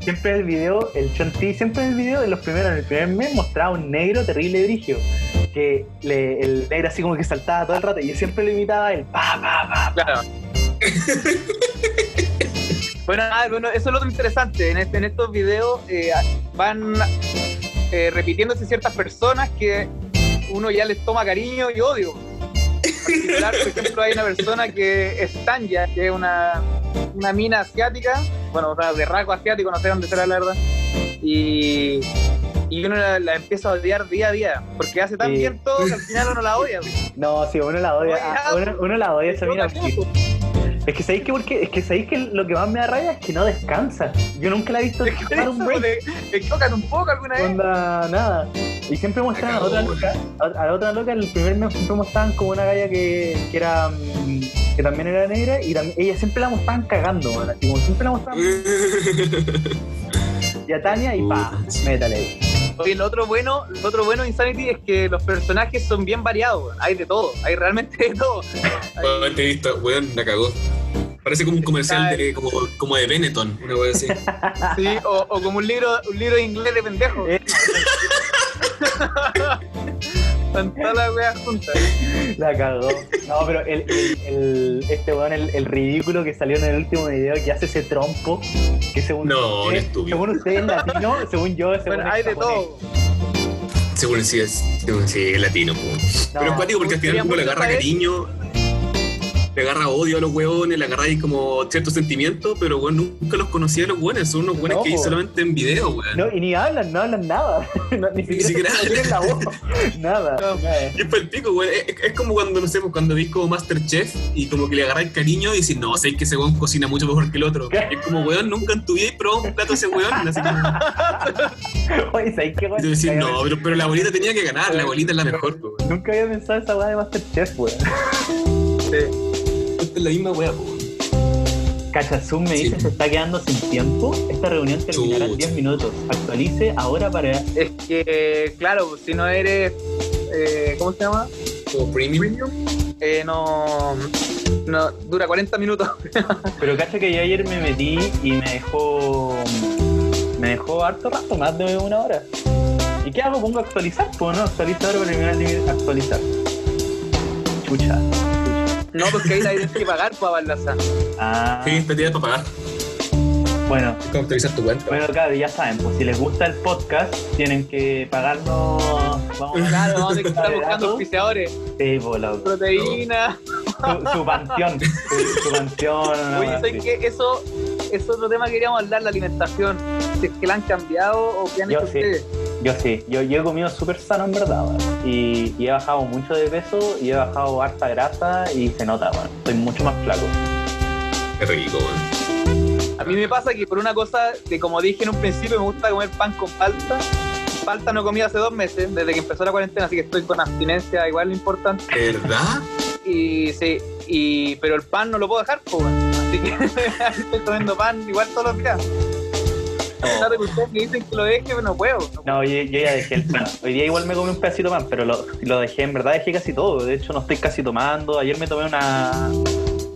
B: siempre en el video, el Chonti, siempre en el video, en los primeros, en el primer mes mostraba un negro terrible brigio. Que le- el negro así como que saltaba todo el rato y yo siempre lo imitaba el pa, pa, pa,
C: Claro. <laughs> bueno, ah, bueno, eso es lo interesante. En, este- en estos videos eh, van eh, repitiéndose ciertas personas que uno ya les toma cariño y odio. En particular, por ejemplo, hay una persona que es Tanya, que es una, una mina asiática, bueno, o sea, de rasgo asiático, no sé dónde será la verdad. Y, y uno la, la empieza a odiar día a día, porque hace tan
B: Sí.
C: bien todo que al final uno la odia.
B: No, sí, uno la odia.
C: Oye,
B: ah, Uno, uno la odia esa mina. porque- Es que sabéis que porque, es que sabéis que lo que más me da rabia es que no descansa. Yo nunca la he visto tomar un break.
C: Explócate un poco alguna vez.
B: Onda, nada. Y siempre mostraban a la otra
D: Acabó,
B: loca, a a la otra loca, en el primer mes siempre mostraban como una galla que, que era mm, que también era negra y tam- ella siempre la mostraban cagando, weón, así como siempre la mostraban
D: Eh,
B: y a Tania y pa,
D: Puta.
B: métale ahí.
C: Oye, lo otro bueno, lo otro bueno de Insanity es que los personajes son bien variados, weón. hay de todo, hay realmente de todo.
D: <laughs> Weón, te he visto, weón, la cagó. Parece como un comercial de, como, como de Benetton, una weá
B: <laughs>
D: así.
C: Sí, o, o como un libro, un libro de inglés de pendejo. <laughs>
B: Eh,
C: Están todas las weas juntas.
B: La cagó. No, pero el, el- el- este weón, el, el ridículo que salió en el último video que hace ese trompo, que según
D: No, un
B: ustedes,
D: estúpido.
B: según ustedes es latino, según yo, según
C: Bueno, hay de todo.
D: Seguro sí es, seguro sí es latino, weón. Pero es cuático porque al final como le agarra cariño, le agarra odio a los hueones, le agarra ahí como ciertos sentimientos, pero weón, nunca los conocía a los hueones, son unos hueones
B: No,
D: que vi
B: po.
D: solamente en video, weón.
B: No, y ni hablan, no hablan nada. <laughs> No, ni
D: Ni
B: siquiera
D: siquiera.
B: se tienen la voz. Nada,
C: No.
B: nada.
D: Y es pa'l pico, weón. Es, es como cuando, no sé, pues, cuando veis como Masterchef y como que le agarráis cariño y decís, no, sé que ese weón cocina mucho mejor que el otro.
B: ¿Qué?
D: Y es como, weón, nunca en tu vida he probado un plato de ese
B: <laughs>
D: weón. Así que,
B: Oye, ¿sabes qué,
D: y
B: weón?
D: tú decís,
B: Nunca
D: no,
B: había-
D: pero, pero la abuelita tenía que ganar, la abuelita es la mejor, pues, po, weón.
B: Nunca había pensado esa weá de Masterchef, weón.
C: Sí.
D: Esta es la misma weá, po, weón.
B: Cachazum me
D: Sí.
B: dice se está quedando sin tiempo. Esta reunión terminará en
D: Chucha.
B: 10 minutos. Actualice ahora para.
C: Es que, claro, si no eres, eh, ¿cómo se llama?
D: Como premium.
C: Eh, no, no, dura 40 minutos. <laughs>
B: Pero cacha que yo ayer me metí y me dejó. Me dejó harto rato, más de una hora. ¿Y qué hago? Pongo actualizar, pues no, actualizar para terminar de actualizar. Chucha.
C: No, porque ahí la tienes que pagar pues, para
B: <laughs>
C: balanzar.
B: Ah,
D: Sí, esta tía para pagar.
B: bueno.
D: Es como actualizar tu cuenta.
B: Bueno, claro, ya saben, pues si les gusta el podcast, tienen que pagarnos. Vamos a
C: Claro,
D: <laughs>
C: vamos a estar buscando
B: ¿Datos?
C: auspiciadores.
B: Sí, po, loco.
C: Proteína.
B: su, su panteón. Su, su panteón. una
C: <laughs> Oye,
B: wea
C: ¿sabes
B: así.
C: qué? Eso es otro tema que queríamos hablar, la alimentación. Si es que la han cambiado o qué han
B: Yo
C: hecho
B: sí.
C: ustedes.
B: Yo sí, yo, yo he comido súper sano en verdad, weón. y, y he bajado mucho de peso y he bajado harta grasa y se nota, weón. Estoy mucho más flaco.
D: Qué rico, weón.
C: A mí me pasa que por una cosa, de como dije en un principio, me gusta comer pan con palta. Palta no comí hace dos meses, desde que empezó la cuarentena, así que estoy con abstinencia igual importante.
D: ¿De ¿Verdad?
C: Y sí, y, pero el pan no lo puedo dejar, pues, bueno. así que <laughs> estoy comiendo pan igual todos los días. A pesar de que ustedes me dicen que lo deje, pero no puedo.
B: No, yo, yo ya dejé el pan. Hoy día igual me comí un pedacito de pan, pero lo, lo dejé, en verdad dejé casi todo. De hecho, no estoy casi tomando. Ayer me tomé una.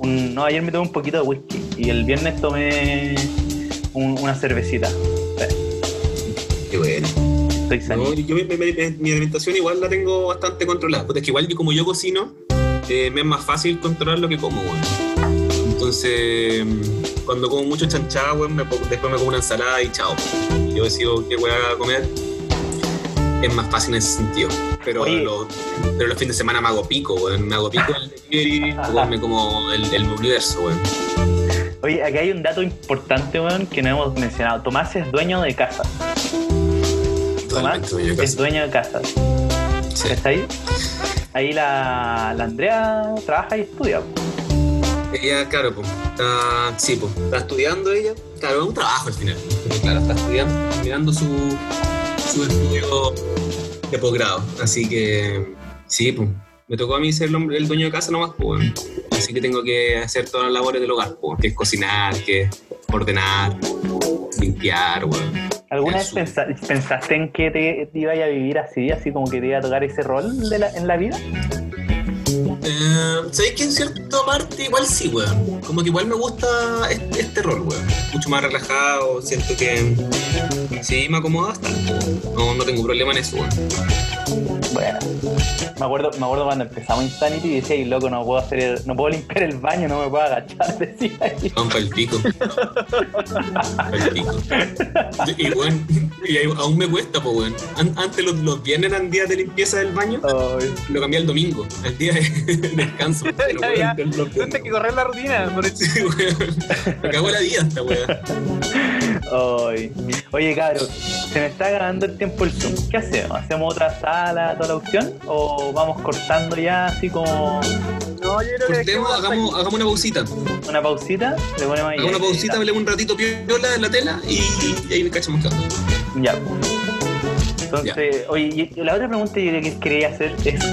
B: un- no, ayer me tomé un poquito de whisky y el viernes tomé un- una cervecita.
D: Qué bueno.
B: Estoy sano.
D: No, yo mi, mi- mi- mi alimentación igual la tengo bastante controlada. Porque es que igual yo como yo cocino, eh, me es más fácil controlar lo que como, weón. Entonces, mm, cuando como mucho chanchada, weón, me po- después me como una ensalada y chao. Yo decido qué weá voy a comer. es más fácil en ese sentido. Pero,
B: Oye.
D: los, pero los fines de semana me hago pico, weón. Me hago pico el delivery,
B: <laughs>
D: comerme como el, el universo, weón.
B: Oye, aquí hay un dato importante, weón, que no hemos mencionado. Tomás es dueño de casa.
D: Totalmente
B: Tomás
D: dueño de
B: es
D: casa.
B: dueño de casa.
D: Sí.
B: ¿Está ahí? Ahí la, la Andrea trabaja y estudia.
D: Ella, claro, pues, está, sí, pues, está estudiando ella. Claro, es un trabajo al final. Porque, claro, está estudiando, terminando su, su estudio de posgrado. Así que, sí, pues, me tocó a mí ser el, hombre- el dueño de casa nomás, pues. bueno. Así que tengo que hacer todas las labores del hogar, pues, que es cocinar, que es ordenar, limpiar, bueno.
B: ¿Alguna vez
D: Eso.
B: pensa- pensaste en que te, te iba a vivir así, así como que te iba a tocar ese rol de la- en la vida?
D: Eh, ¿Sabéis que en cierta parte igual sí, weón? Como que igual me gusta este, este rol, weón. Mucho más relajado, siento que sí me acomoda bastante. No, no tengo problema en eso, weón.
B: Bueno, me acuerdo, me acuerdo cuando empezamos Insanity y decía, "Ay, loco, no puedo hacer, el- no puedo limpiar el baño, no me puedo agachar, <laughs> decía ahí.
D: Vamos para el pico. Pa'l pico. Y weón, y ahí aún me cuesta, pues weón. An- antes los, los viernes eran días de limpieza del baño,
B: Ay,
D: lo cambié al domingo, al día de <laughs> descanso. Pero,
C: <laughs> Ya,
D: weón,
C: ya.
D: los viernes,
C: Tuviste que correr la rutina. por el-
D: Sí, weón. Me cago en la vida
C: <laughs>
D: esta weón.
B: ay. Oye, cabros, se me está ganando el tiempo el Zoom. ¿Qué hacemos? ¿Hacemos otra sala, toda la opción? ¿O vamos cortando ya así como
C: No, yo creo que
D: Cortemos,
C: dejemos hasta
D: hagamos,
C: aquí.
D: hagamos una pausita.
B: una pausita? Le ponemos ahí.
D: Hago una
B: ahí,
D: pausita,
B: ahí,
D: hablemos un ratito piola en la tela y, y ahí me cachamos qué <laughs> onda.
B: Ya. Entonces, oye, y- y la otra pregunta yo creo que quería hacer es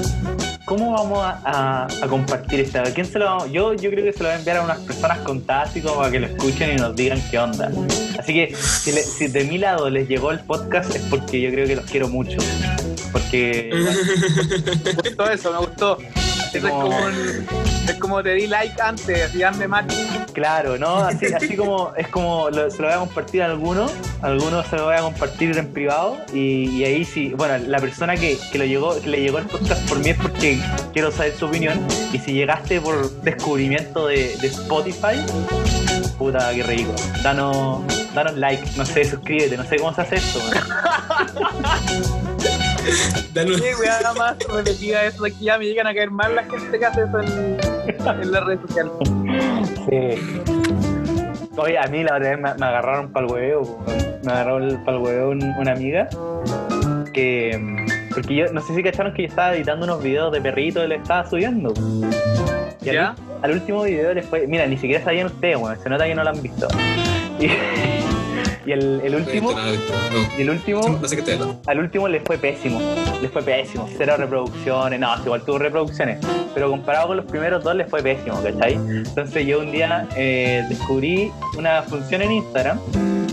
B: ¿cómo vamos a, a- a compartir esta? ¿A quién se lo vamos? Yo, yo creo que se lo voy a enviar a unas personas contadas así como para que lo escuchen y nos digan qué onda. Así que si, le- si de mi lado les llegó el podcast es porque yo creo que los quiero mucho. Porque
C: Me gustó eso, me gustó. Eso es
B: como-
C: como, el- es como te di like antes, así dame match.
B: Claro, ¿no? Así, así como es como lo- se lo voy a compartir a alguno, a alguno se lo voy a compartir en privado y, y ahí sí, bueno, la persona que, que lo llegó, que le llegó el podcast por mí es porque quiero saber su opinión y si llegaste por descubrimiento de, de Spotify, puta que rico, danos, danos like, no sé, suscríbete, no sé cómo se hace esto. ¿no?
D: Danos-
C: Qué <laughs> weá más repetida eso de aquí ya me llegan a caer mal la gente que hace eso en, en las redes sociales.
B: Oye, a mí la otra vez me, me agarraron pa'l huevo, po. me agarró el- pa'l huevo un- una amiga que... mm, Porque yo, no sé si cacharon que yo estaba editando unos videos de perrito y le estaba subiendo. Y al,
C: ¿Ya?
B: al último video les fue... Mira, ni siquiera sabían ustedes, weón, se nota que no lo han visto. Y, <laughs> y el, el último...
D: No,
B: Y el último
D: no sé qué te da.
B: al último les fue pésimo. Les fue pésimo. Cero reproducciones. No, sí, igual tuvo reproducciones. Pero comparado con los primeros dos les fue pésimo, ¿cachai? Entonces yo un día eh, descubrí una función en Instagram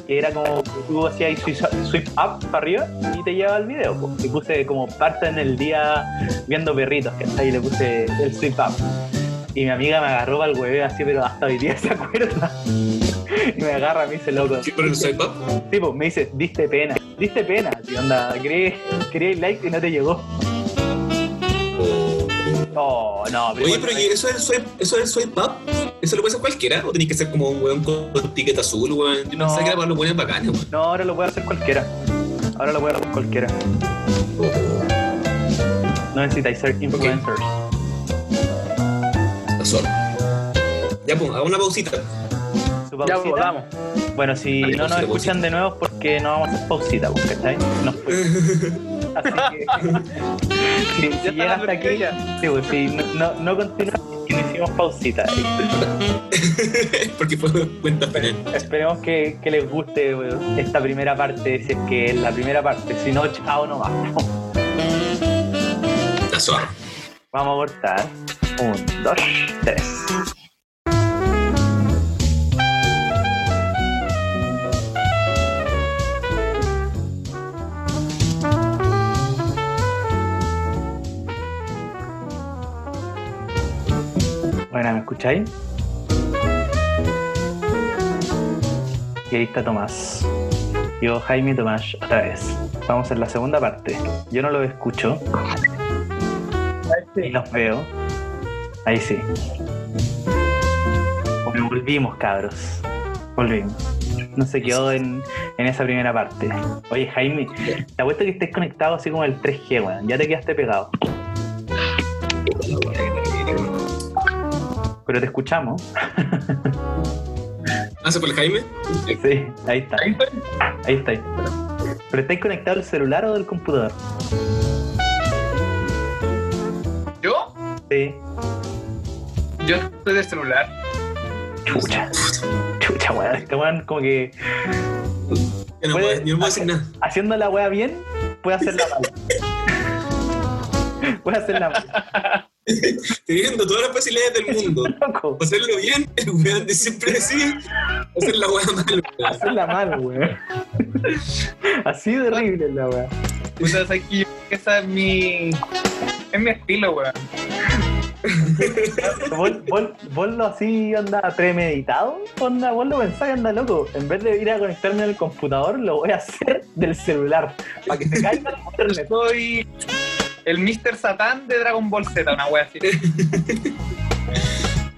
B: que era como que tú hacías ahí swi- swipe up para arriba y te llevaba el video. po. Y puse como parte en el día viendo perritos, ¿cachai? Y le puse el swipe up. Y mi amiga me agarró al hueveo así, pero hasta hoy día <laughs> se acuerda. y me agarra a mí ese loco.
D: ¿Qué pero soy pap?
B: Tipo, pues, me dice, diste pena, diste pena, tío, onda, quería quería el like y no te llegó. Oh, no, pero.
D: Oye,
B: bueno,
D: pero
B: no-
D: ¿y eso del swipe, eso del swipe up, ¿eso lo puede hacer cualquiera? ¿O tenés que ser como un weón con, con ticket azul, weón? Yo
B: No.
D: pensaba que era para los weones bacanes, weón.
B: No, ahora lo puede hacer cualquiera. Ahora lo puede hacer cualquiera. No necesitáis ser influencers.
D: Está solo. Ya, pues, hago una pausita. <laughs>
B: Su
C: Ya pues,
B: pausita.
C: volvamos.
B: Bueno, si
D: Dale,
B: no nos
D: pausita,
B: escuchan
D: pausita.
B: de nuevo es porque no vamos a hacer pausita, pues, ¿cachai? Nos
D: <laughs>
B: fuimos. Así
C: <laughs>
B: que. si si
C: está la
B: llegan hasta aquí.
C: tortilla.
B: Sí, pues, si no, no, no continuamos, que no hicimos pausita.
D: Porque fue cuenta penal.
B: Esperemos que, que les guste weón, esta primera parte, si es que es la primera parte. Si no, chao nomás.
D: Está suave.
B: Vamos a cortar. Un, dos, tres. Bueno, ¿me escucháis? Y ahí está Tomás. Yo, Jaime y Tomás, otra vez. Vamos en la segunda parte. Yo no lo escucho y los veo. Ahí sí. Volvimos, cabros. Volvimos. No se quedó en, en esa primera parte. Oye, Jaime, te apuesto que estés conectado así como el 3G, weón. Ya te quedaste pegado. Pero te escuchamos.
D: Ah, ¿se fue el Jaime?
B: Sí, ahí está.
C: Ahí estoy.
B: Ahí está. ¿Pero estáis conectado al celular o del computador?
C: ¿Yo?
B: Sí.
C: Yo estoy del celular.
B: Chucha. Chucha, weón. Este weón como que
D: Yo
B: Puede-
D: no puedo, yo no puedo decir nada.
B: haciendo la weá bien, puede hacerla mal. puede hacerla
D: <laughs>
B: mal,
D: Teniendo todas las facilidades del mundo.
B: loco.
D: Hacerlo bien, el weón de siempre decía. Hacer la weá mal, weón.
B: Hacerla mal, weón. Así de horrible la weá.
C: Puta, sabes que yo creo que esa es mi. Es mi estilo, weón.
B: ¿Vos, vos, vos lo así onda premeditado? Onda, vos lo pensás y anda loco. En vez de ir a conectarme al computador, lo voy a hacer del celular. Para que se caiga el internet.
C: Soy el Mr. Satán de Dragon Ball Z, una wea así.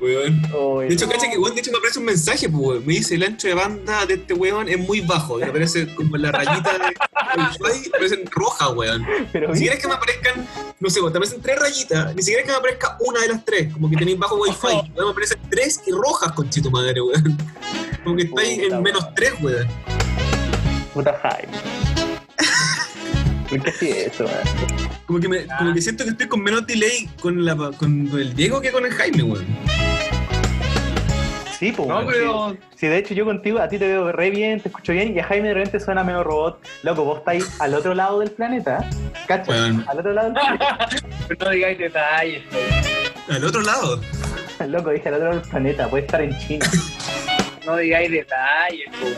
D: Weón.
B: Oye,
D: De hecho, cacha que weón, de hecho me aparece un mensaje, pues, weón. Me dice el ancho de banda de este weón es muy bajo. Y aparece como la rayita de Wi-Fi, aparece en roja, weón.
B: pero
D: Ni siquiera
B: bien,
D: es que me aparezcan, no sé, weón, te aparecen tres rayitas. Ni siquiera es que me aparezca una de las tres. Como que tenéis bajo Wi-Fi. Weón, me aparecen tres y rojas, conchito madre, weón. Como que estáis
B: Puta,
D: en menos
B: weón.
D: tres, weón.
B: puta Jaime. ¿Por qué así eso, weón?
D: Como que, me, como que siento que estoy con menos delay con, la, con el Diego que con el Jaime, weón.
B: Sí, pues,
C: No,
B: weón, sí.
C: pero.
B: Si de hecho yo contigo, a ti te veo re bien, te escucho bien, y a Jaime de repente suena medio robot. Loco, vos estáis al otro lado del planeta. ¿Cacho?
D: Weón.
B: Al otro lado del planeta. <laughs>
C: pero no digáis detalles,
D: Al otro lado.
B: Loco, dije al otro lado del planeta, puede estar en China.
C: no digáis detalles, weón.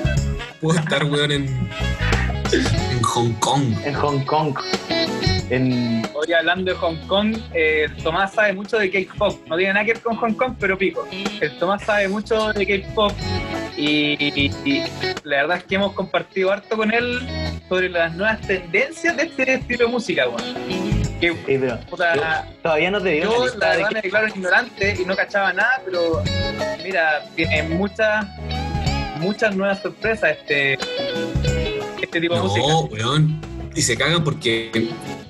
D: Puedo estar, weón, en, en Hong Kong.
B: en Hong Kong. En. eh,
C: Hoy hablando de Hong Kong, eh, el Tomás sabe mucho de K-pop. No tiene nada que ver con Hong Kong, pero pico. El Tomás sabe mucho de K-pop y, y- y la verdad es que hemos compartido harto con él sobre las nuevas tendencias de este estilo de música, weón. Que,
B: eh, pero
C: puta,
B: todavía no te digo
C: yo
B: la lista de
C: la verdad me declaro ignorante y no cachaba nada, pero mira, tiene muchas muchas nuevas sorpresas este este tipo de música.
D: No, weón. Y se cagan porque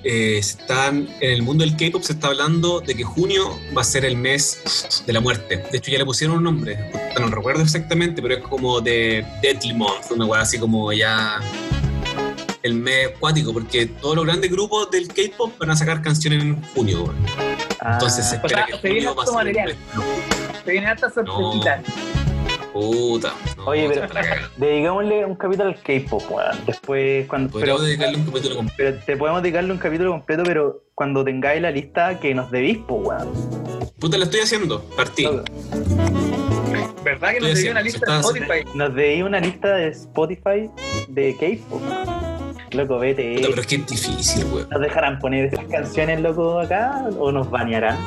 D: eh, están en el mundo del K-pop se está hablando de que junio va a ser el mes de la muerte. De hecho ya le pusieron un nombre, Puta, no recuerdo exactamente, pero es como de Deadly Month, una weá así como ya el mes acuático, porque todos los grandes grupos del K-pop van a sacar canciones en junio. weón.
B: Ah,
D: Entonces eh, se
C: sea,
D: espera que
C: se viene
D: junio va a
C: harto
D: ser
C: material.
D: el mes.
C: Se vienen hartas sorpresitas.
D: Puta. no,
B: Oye, pero-
D: está la cagada.
B: Dediquémosle un capítulo al K-pop, weón. Después, cuando. Pero,
D: Podríamos dedicarle un capítulo completo.
B: pero te podemos dedicarle un capítulo completo, pero cuando tengáis la lista que nos debís, pues, weón.
D: Puta, la estoy haciendo. Partí.
B: Loco,
C: ¿Verdad que nos se
D: Sí, sí,
C: dio una
D: se
C: lista de
D: está-
C: Spotify?
B: Nos debí una lista de Spotify de K-pop. Loco, vete.
D: Puta, pero es que es difícil, weón.
B: ¿Nos dejarán poner esas canciones, loco, acá? ¿O nos banearán?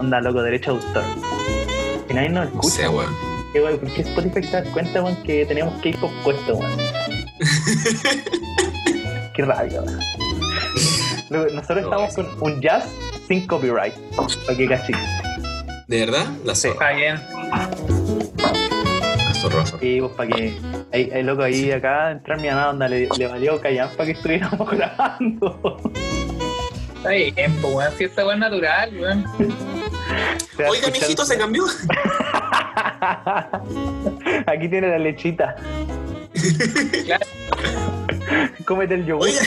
B: Onda, loco, derecho a autor. Que nadie nos
D: No
B: escucha.
D: sé, weón.
B: Que, weón, ¿Por qué Spotify se da cuenta, weón, que tenemos K-pop puesto, weón?
D: <laughs>
B: qué rabia, weón. Loco, Nosotros
D: No,
B: estamos con un jazz sin copyright. Ok, cachi.
D: ¿De verdad? La
B: Sí.
D: zorra.
C: Está bien.
D: La zorra, zorra.
B: Y vos, pues, pa' que. Ahí, ahí, loco, ahí acá entrar mi nada, onda, le, le valió callar para que estuviéramos <laughs> grabando. O
C: Está bien, pues weón. Si esta weón es natural, weón.
B: sea,
D: Oiga,
B: escuchar-
D: mijito,
B: <laughs>
D: se cambió.
B: Aquí tiene la lechita.
C: Claro.
B: Cómete el yogur,
D: Oiga,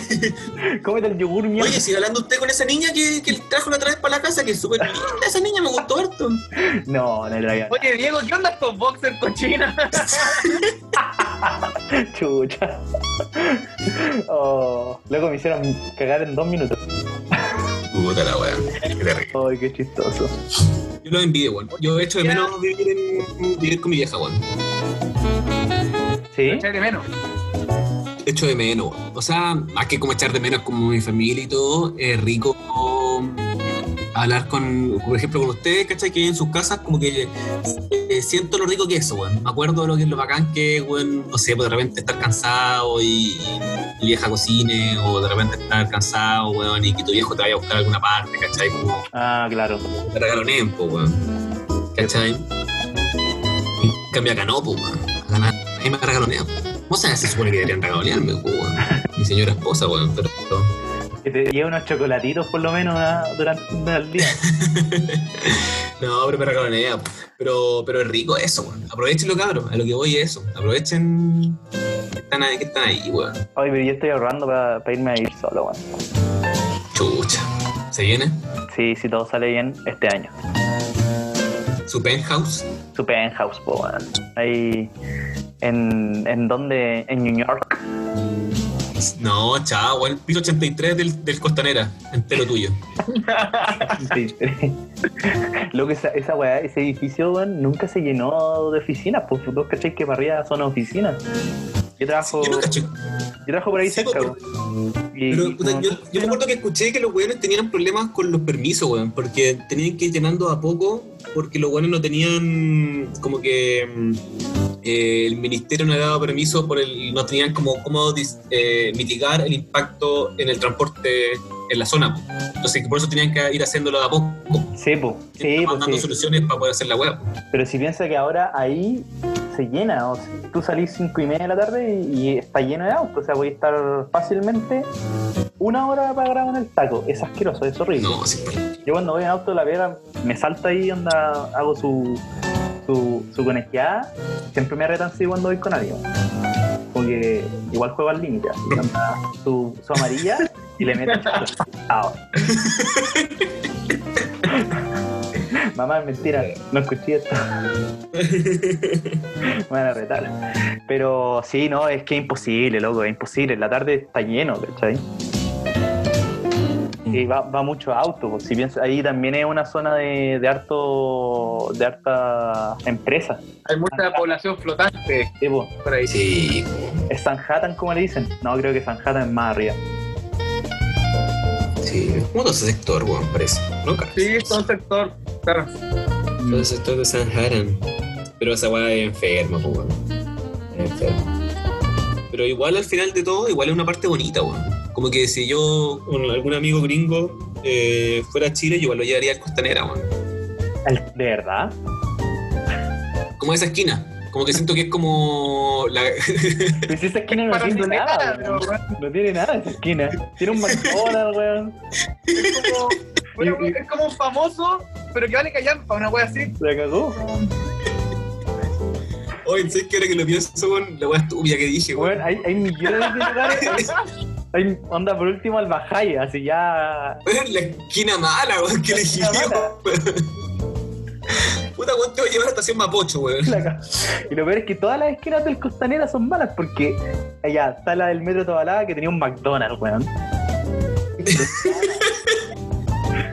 B: cómete el yogur, mierda.
D: oye, sigue hablando usted con esa niña que, que trajo la otra vez para la casa, que es súper linda. Esa niña me gustó harto.
B: No, no, no, no,
C: <laughs> Oye, Diego, ¿qué onda estos boxers cochinas?
B: chucha. Oh, loco, me hicieron cagar en dos minutos.
D: Puta la weá. Qué terrible.
B: Ay, qué chistoso.
D: Yo lo envidio, weón. Yo he hecho de menos vivir, en, vivir con mi vieja, weón.
B: ¿Sí?
C: Echar de menos.
D: Hecho de menos, weón. O sea, más que como echar de menos como mi familia y todo, es rico um, hablar con, por ejemplo, con ustedes, ¿cachai? Que en sus casas, como que eh, siento lo rico que es eso, weón. Me acuerdo de lo que es lo bacán que es, weón, no sé, pues de repente estar cansado y, y vieja cocine, o de repente estar cansado, weón, y que tu viejo te vaya a buscar a alguna parte, ¿cachai? Como
B: Ah, claro.
D: te regalonen, po, weón. ¿Cachai? En cambio acá no, po, weón. Acá na- nadie me regalonea. po. esposa se supone que deberían regalarme, weón. Mi señora esposa, weón, pero.
B: Que te lleve unos chocolatitos por lo menos ah, durante el
D: <laughs>
B: día.
D: No, pero me regalaron ella. Pero, pero es rico eso, weón. Aprovechenlo, cabros. A lo que voy es eso. Aprovechen que están ahí, que están ahí weón.
B: Oye, pero yo estoy ahorrando para, irme a ir solo, weón.
D: Chucha. ¿Se viene?
B: Sí, si todo sale bien este año.
D: ¿Su penthouse?
B: Su penthouse, po, weón. Ahí. En, en donde, en New
D: <laughs>
B: York.
D: No, chao, weón. Piso 83 del, del Costanera. Entero tuyo.
B: Sí. Lo que esa, esa weá, ese edificio, weón, nunca se llenó de oficinas, pues vos cacháis que para arriba son oficinas. Yo trabajo,
D: Yo no cacho.
B: yo trabajo por ahí
D: Sí,
B: cerca,
D: pero-
B: weón. Y-
D: Pero, puta,
B: no,
D: yo, yo me acuerdo que escuché que los weones tenían problemas con los permisos, weón, porque tenían que ir llenando a poco, porque los weones no tenían como que mm, eh, el ministerio no le daba permiso por el, no tenían como cómo dis- eh, mitigar el impacto en el transporte en la zona. po. Entonces que por eso tenían que ir haciéndolo de a poco,
B: Sí, pues, sí,
D: Estaban
B: pues,
D: dando
B: sí.
D: soluciones para poder hacer la web.
B: Pero si piensa que ahora ahí se llena, o sea, tú salís cinco y media de la tarde y, y está lleno de autos, o sea, voy a estar fácilmente una hora parado en el taco. Es asqueroso, es horrible.
D: No, sí, pero-
B: Yo cuando voy en auto la vera me salta ahí, onda, hago su, su, su conejada. Siempre me retan así cuando voy con alguien. Porque igual juego al límite. así, onda, Su, su amarilla y le meto. Chao. Mamá, es mentira, no escuché esto. Me van a retar. Pero sí, no, es que es imposible, loco, es imposible. La tarde está lleno, ¿cachai? Y va, va mucho auto, pues, si piensas, ahí también es una zona de, de harto de harta empresa.
C: Hay mucha población flotante
B: Tipo,
C: por ahí.
D: Sí,
B: es Sanhattan como le dicen. No, creo que Sanhattan es más arriba.
D: sí. ¿Cómo todo ese sector, weón? Parece. No, cacho.
C: Sí, es todo un sector. Claro.
D: Todo el sector de San Haran. Pero esa weá es enferma, po, weón. Es enferma. Pero igual al final de todo, igual es una parte bonita, weón. Como que si yo, con algún amigo gringo, eh, fuera a Chile, yo igual lo llevaría al Costanera, weón.
B: Al- ¿De verdad?
D: Como esa esquina. Como que siento que es como la. <laughs>
B: Pues esa esquina no
C: <laughs> Para
B: tiene
C: mí no hay
B: nada,
C: nada,
B: weón.
C: pero, bueno,
B: No tiene nada esa esquina. Tiene un McDonald's, weón.
C: es como- bueno,
B: Y- y-
C: es como un famoso, pero que vale callampa, una wea así.
B: Se cagó.
D: Oye, ¿sabes qué? Ahora que lo pienso, weón, la weá estúpida que dije,
B: Weón,
D: weón.
B: hay, hay millones de lugares. Hay, onda, por último, al Bajay, así ya.
D: Weón, <laughs> la esquina mala, weón, que
B: La
D: le
B: esquina
D: dije,
B: mala.
D: <laughs> Puta, weón, te voy a llevar a la estación Mapocho, weón.
B: La ca- Y lo peor es que todas las esquinas del Costanera son malas porque allá está la del Metro Tobalaba que tenía un McDonald's, weón.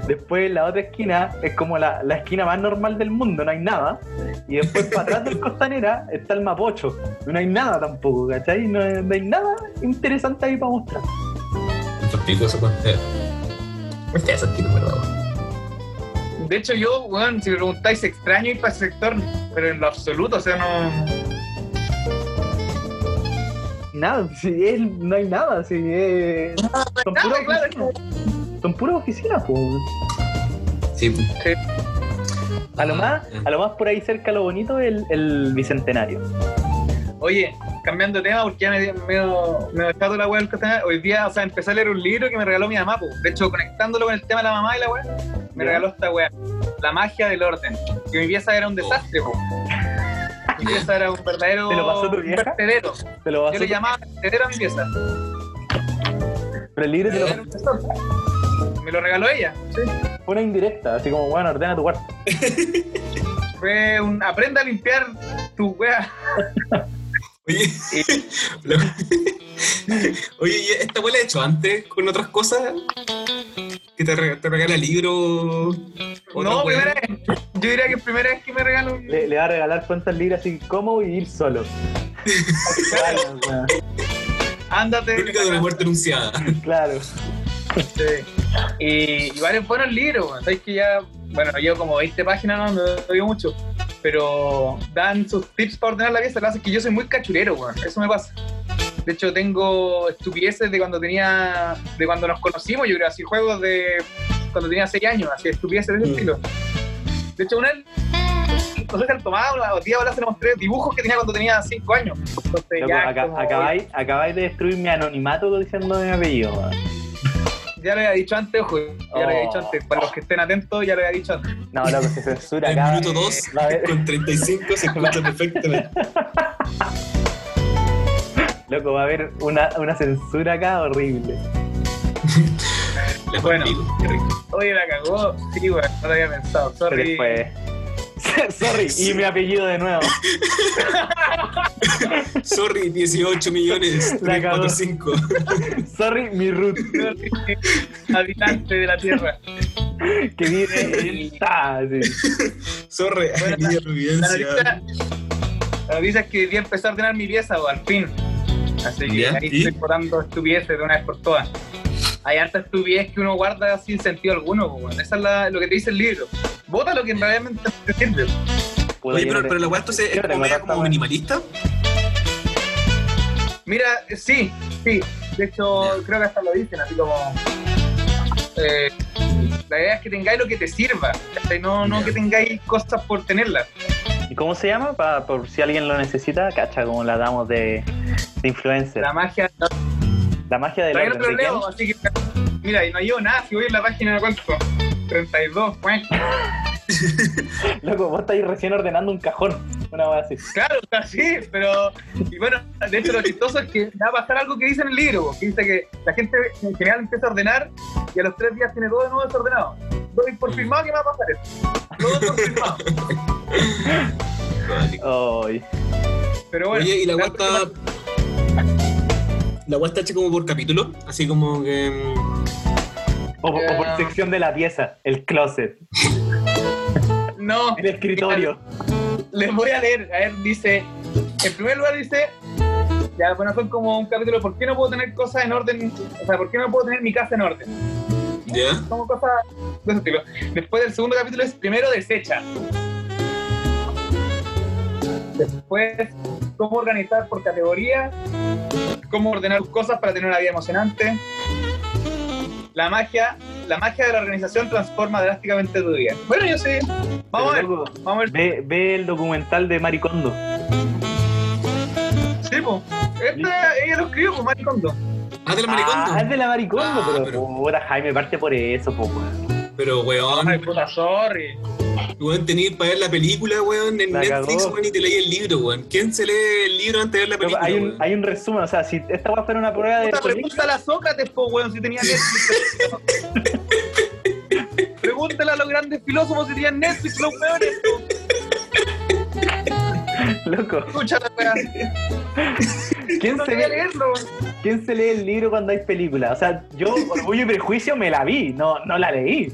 B: Después la otra esquina es como la, la esquina más normal del mundo, no hay nada. Y después para atrás del Costanera está el Mapocho. No hay nada tampoco, ¿cachai? No, no hay nada interesante ahí para mostrar.
D: Los picos se cuentan. Es que esas tienen, ¿verdad? weón?
C: De hecho, yo, weón, si me preguntáis, extraño ir para ese sector, pero en lo absoluto, o sea, no.
B: Nada, <laughs> sí, es- no hay nada. sí, es- son,
C: nada,
B: puras
C: claro,
B: oficinas. son puras oficinas, pues.
D: Sí.
C: Sí.
B: A
D: Ah,
B: lo más,
D: eh.
B: a lo más por ahí cerca lo bonito es el, el bicentenario.
C: Oye, cambiando de tema, porque ya me medio, medio chato la wea del Costanera. Hoy día, o sea, empecé a leer un libro que me regaló mi mamá, po. De hecho, conectándolo con el tema de la mamá y la wea, me
B: Ya.
C: regaló esta wea. La magia del orden. Que mi pieza era un desastre, po. Mi pieza era un verdadero.
B: Oh. ¿Te lo pasó tu
C: un
B: vieja?
C: vertedero.
B: Te lo vas
C: Yo
B: a
C: le llamaba vertedero a mi pieza.
B: pero el libro te
C: Era
B: lo
C: un desastre. Me lo regaló ella. Sí.
B: fue una indirecta, así como, bueno, ordena tu cuarto.
C: Fue un. Aprenda a limpiar tu wea. <laughs>
D: Oye, lo- Oye, ¿y ¿esta hueá la he hecho antes con otras cosas? ¿Que te, re- te regala libros? otra
C: No,
D: hueá?
C: primera vez. Yo diría que es primera vez que me regalo un.
B: Le, le va a regalar cuentas libres así, ¿cómo vivir
C: <laughs>
B: solo? claro, weón,
C: Ándate.
D: Crónica de una muerte anunciada.
B: claro.
C: Sí. Y, y varios buenos libros, weón. Sabes que ya, bueno, llevo como 20 páginas, no, no doy mucho. Pero dan sus tips para ordenar la pieza. Lo que pasa es que yo soy muy cachurero, weón. Eso me pasa. De hecho, tengo estupideces de cuando tenía. de cuando nos conocimos, yo creo, así juegos de. cuando tenía 6 años, así estupideces de ese
D: Mm.
C: estilo. De hecho, una vez nosotros han tomado, los días ahora se nos tres dibujos que tenía cuando tenía 5 años. Entonces,
B: Loco,
C: ya,
B: aca-
C: como-
B: acabáis, acabáis de destruir mi anonimato diciendo mi apellido, weón.
C: ya lo había dicho antes, ojo, ya lo había
B: Oh.
C: dicho antes. Para los que estén atentos, ya lo había dicho antes.
B: No, loco, se censura
C: <laughs>
D: En
B: acá.
D: minuto 2,
B: va a haber-
D: con 35 se escucha perfectamente.
B: Loco, va a haber una, una censura acá horrible.
D: La
C: Bueno.
D: contigo, qué rico.
C: Oye, la cagó. Sí, güey, no lo había pensado.
B: Pero
C: Sorry.
B: después. <laughs> Sorry, y mi apellido de nuevo.
D: Sorry, 18 millones,
B: La cagó.
D: 345.
B: Sorry, mi root,
C: Sorry, Habitante de la Tierra.
B: que vive en Ah, Ta, así.
D: Sorry,
C: Bueno,
D: <laughs> niña
C: La
D: providencia.
C: noticia, la noticia es que ya empecé a ordenar mi pieza, o al fin. Así que
D: Ya,
C: ahí
D: ¿y?
C: estoy botando estupideces de una vez por todas. Hay hartas estupideces que uno guarda sin sentido alguno, po, weón. Eso es la- lo que te dice el libro. Bota lo que realmente te sirve.
B: Puta,
D: Oye,
B: yo
D: pero,
B: no te-
D: pero la weá entonces
B: yo
D: es
B: no
D: como
B: tengo
D: media
B: tanta
D: como
B: weá.
D: minimalista.
C: Mira, eh, sí, sí. De hecho, creo que hasta lo dicen, así como. eh, la idea es que tengáis lo que te sirva. ¿cachai? No, no
D: Ya.
C: que tengáis cosas por tenerlas.
B: ¿Y cómo se llama? Pa- por si alguien lo necesita, cacha, como la damos de, de influencer.
C: La
B: La,
C: magia.
B: magia del
C: Todavía
B: orden.
C: no te lo
B: ¿de quién?
C: leo, así que. Mira, y no llevo nada. Si voy en la página, ¿cuánto? 32, güey.
B: Loco, vos estáis recién ordenando un cajón. Una weá así.
C: Claro, o sea, sí, pero. Y bueno, de hecho, lo chistoso es que va a pasar algo que dice en el libro, po, que dice que la gente en general empieza a ordenar y a los tres días tiene todo de nuevo desordenado. Doy por firmado que me va a pasar eso. Todo por firmado.
B: Ay.
C: Pero bueno.
D: Oye, y la weá
C: claro,
D: está. La weá está hecha como por capítulo, así como que. mm,
B: O, o por
C: Ya.
B: sección de la pieza, el closet,
C: No,
B: el escritorio.
C: les voy a leer. A ver, dice. En primer lugar, dice. Ya, bueno, son como un capítulo. de ¿Por qué no puedo tener cosas en orden? O sea, ¿por qué no puedo tener mi casa en orden?
D: ¿Ya?
C: como cosas de ese estilo. Después del segundo capítulo es primero desecha. Después, cómo organizar por categoría, cómo ordenar tus cosas para tener una vida emocionante. La magia, la magia de la organización transforma drásticamente tu vida. Bueno, yo sí. Vamos a ver,
B: Pero, loco,
C: vamos a ver.
B: Ve, ve el documental de Maricondo.
C: Sí, po. Este, ella lo escribió, po, Mari Kondo.
D: Ah, del
B: Ah, es
D: maricondo.
B: de la Maricondo,
D: Ah,
B: pero,
D: pero-
B: puta, Jaime parte por eso, po, weón.
D: Pero
C: Ay,
D: weón,
C: Ah, puta, sorry.
D: weón, tenéis para ver la película, weón, en
B: La
D: Netflix,
B: cagó.
D: weón, y te leí el libro, weón. ¿Quién se lee el libro antes de ver la
B: Loco,
D: película?
B: Hay un,
D: weón?
B: hay un resumen, o sea, si esta weá fuera una prueba de
C: Puta,
B: colegio,
D: <laughs>
C: pregúntale a Sócrates, po, weón, si tenía Netflix. <laughs> pregúntale a los grandes filósofos si tenían Netflix, los weones. po.
B: loco.
C: Escucha la wea.
B: ¿Quién
C: No
B: se,
C: quería
B: lee,
C: leerlo.
B: ¿Quién se lee el libro cuando hay película? O sea,
D: <laughs>
B: yo, Orgullo y Prejuicio, me la vi, no, no la leí.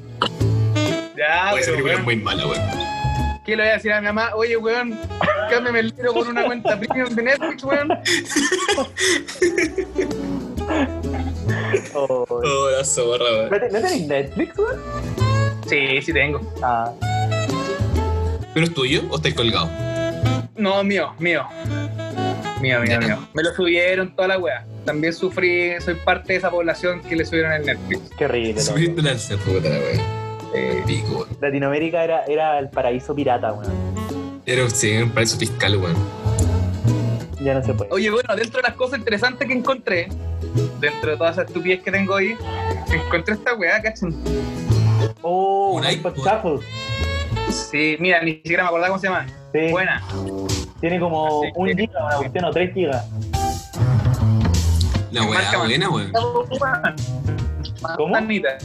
C: Ya,
D: Oye, esa
C: pero
D: película es
C: weón,
D: muy mala, weón.
C: ¿qué le voy a decir a mi mamá? Oye, weón, cámbiame el libro por una cuenta premium de Netflix, weón.
B: Oh.
D: Oh, la zorra, weón.
B: ¿No te- no tenéis Netflix, weón?
C: Sí, sí tengo.
B: Ah,
D: ¿Pero es tuyo o estáis colgado?
C: No, mío, mío. Mío, mío, mío. Me lo subieron toda la wea. También sufrí, soy parte de esa población que le subieron el Netflix.
B: qué horrible. loco.
D: Subiste la alza, puta la weón.
C: Eh,
D: Pico, weón.
B: Latinoamérica era, era el paraíso pirata, weón.
D: Era sí, un paraíso fiscal, weón.
B: Ya no se puede.
C: Oye, bueno, dentro de las cosas interesantes que encontré, dentro de todas esas estupidez que tengo ahí, encontré esta weá, ¿cachan?
B: Oh,
D: Un
B: un iPod
D: iPod.
B: Shuffle.
C: Sí, mira, ni siquiera me acordaba cómo se llama.
B: Sí,
C: Buena.
B: tiene como
C: Así
B: un
C: que-
B: giga, una cuestión o tres gigas.
D: La weá
C: Marca,
D: buena, weón.
B: ¿Cómo?
C: Manzanita.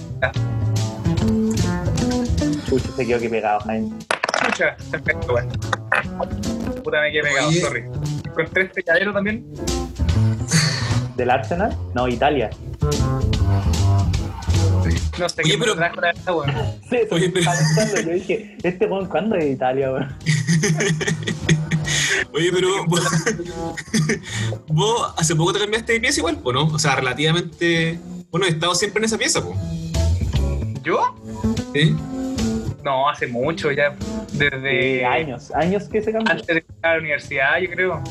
B: Chucho, se quedó que pegado, Jaime.
C: Escucha, perfecto, weá. Puta, me quedé pegado,
D: Oye.
C: sorry. Encontré este llavero también.
B: ¿Del Arsenal? No, Italia.
C: No sé
D: Oye,
C: qué me
D: pero-
C: trajo la verdad, weón.
B: Sí, eso <laughs>
D: Oye,
B: me
D: pero-
B: estaba pensando, Yo dije, ¿este weón cuándo es de Italia, weón?
D: Oye, pero vos, <laughs> vos hace poco te cambiaste de pieza igual, ¿o no? O sea, relativamente... Bueno, he estado siempre en esa pieza, po.
C: ¿Yo?
D: ¿Sí?
C: No, hace mucho ya. Desde
B: Sí, Eh, años, años que se cambió.
C: Antes de entrar a la universidad, yo creo.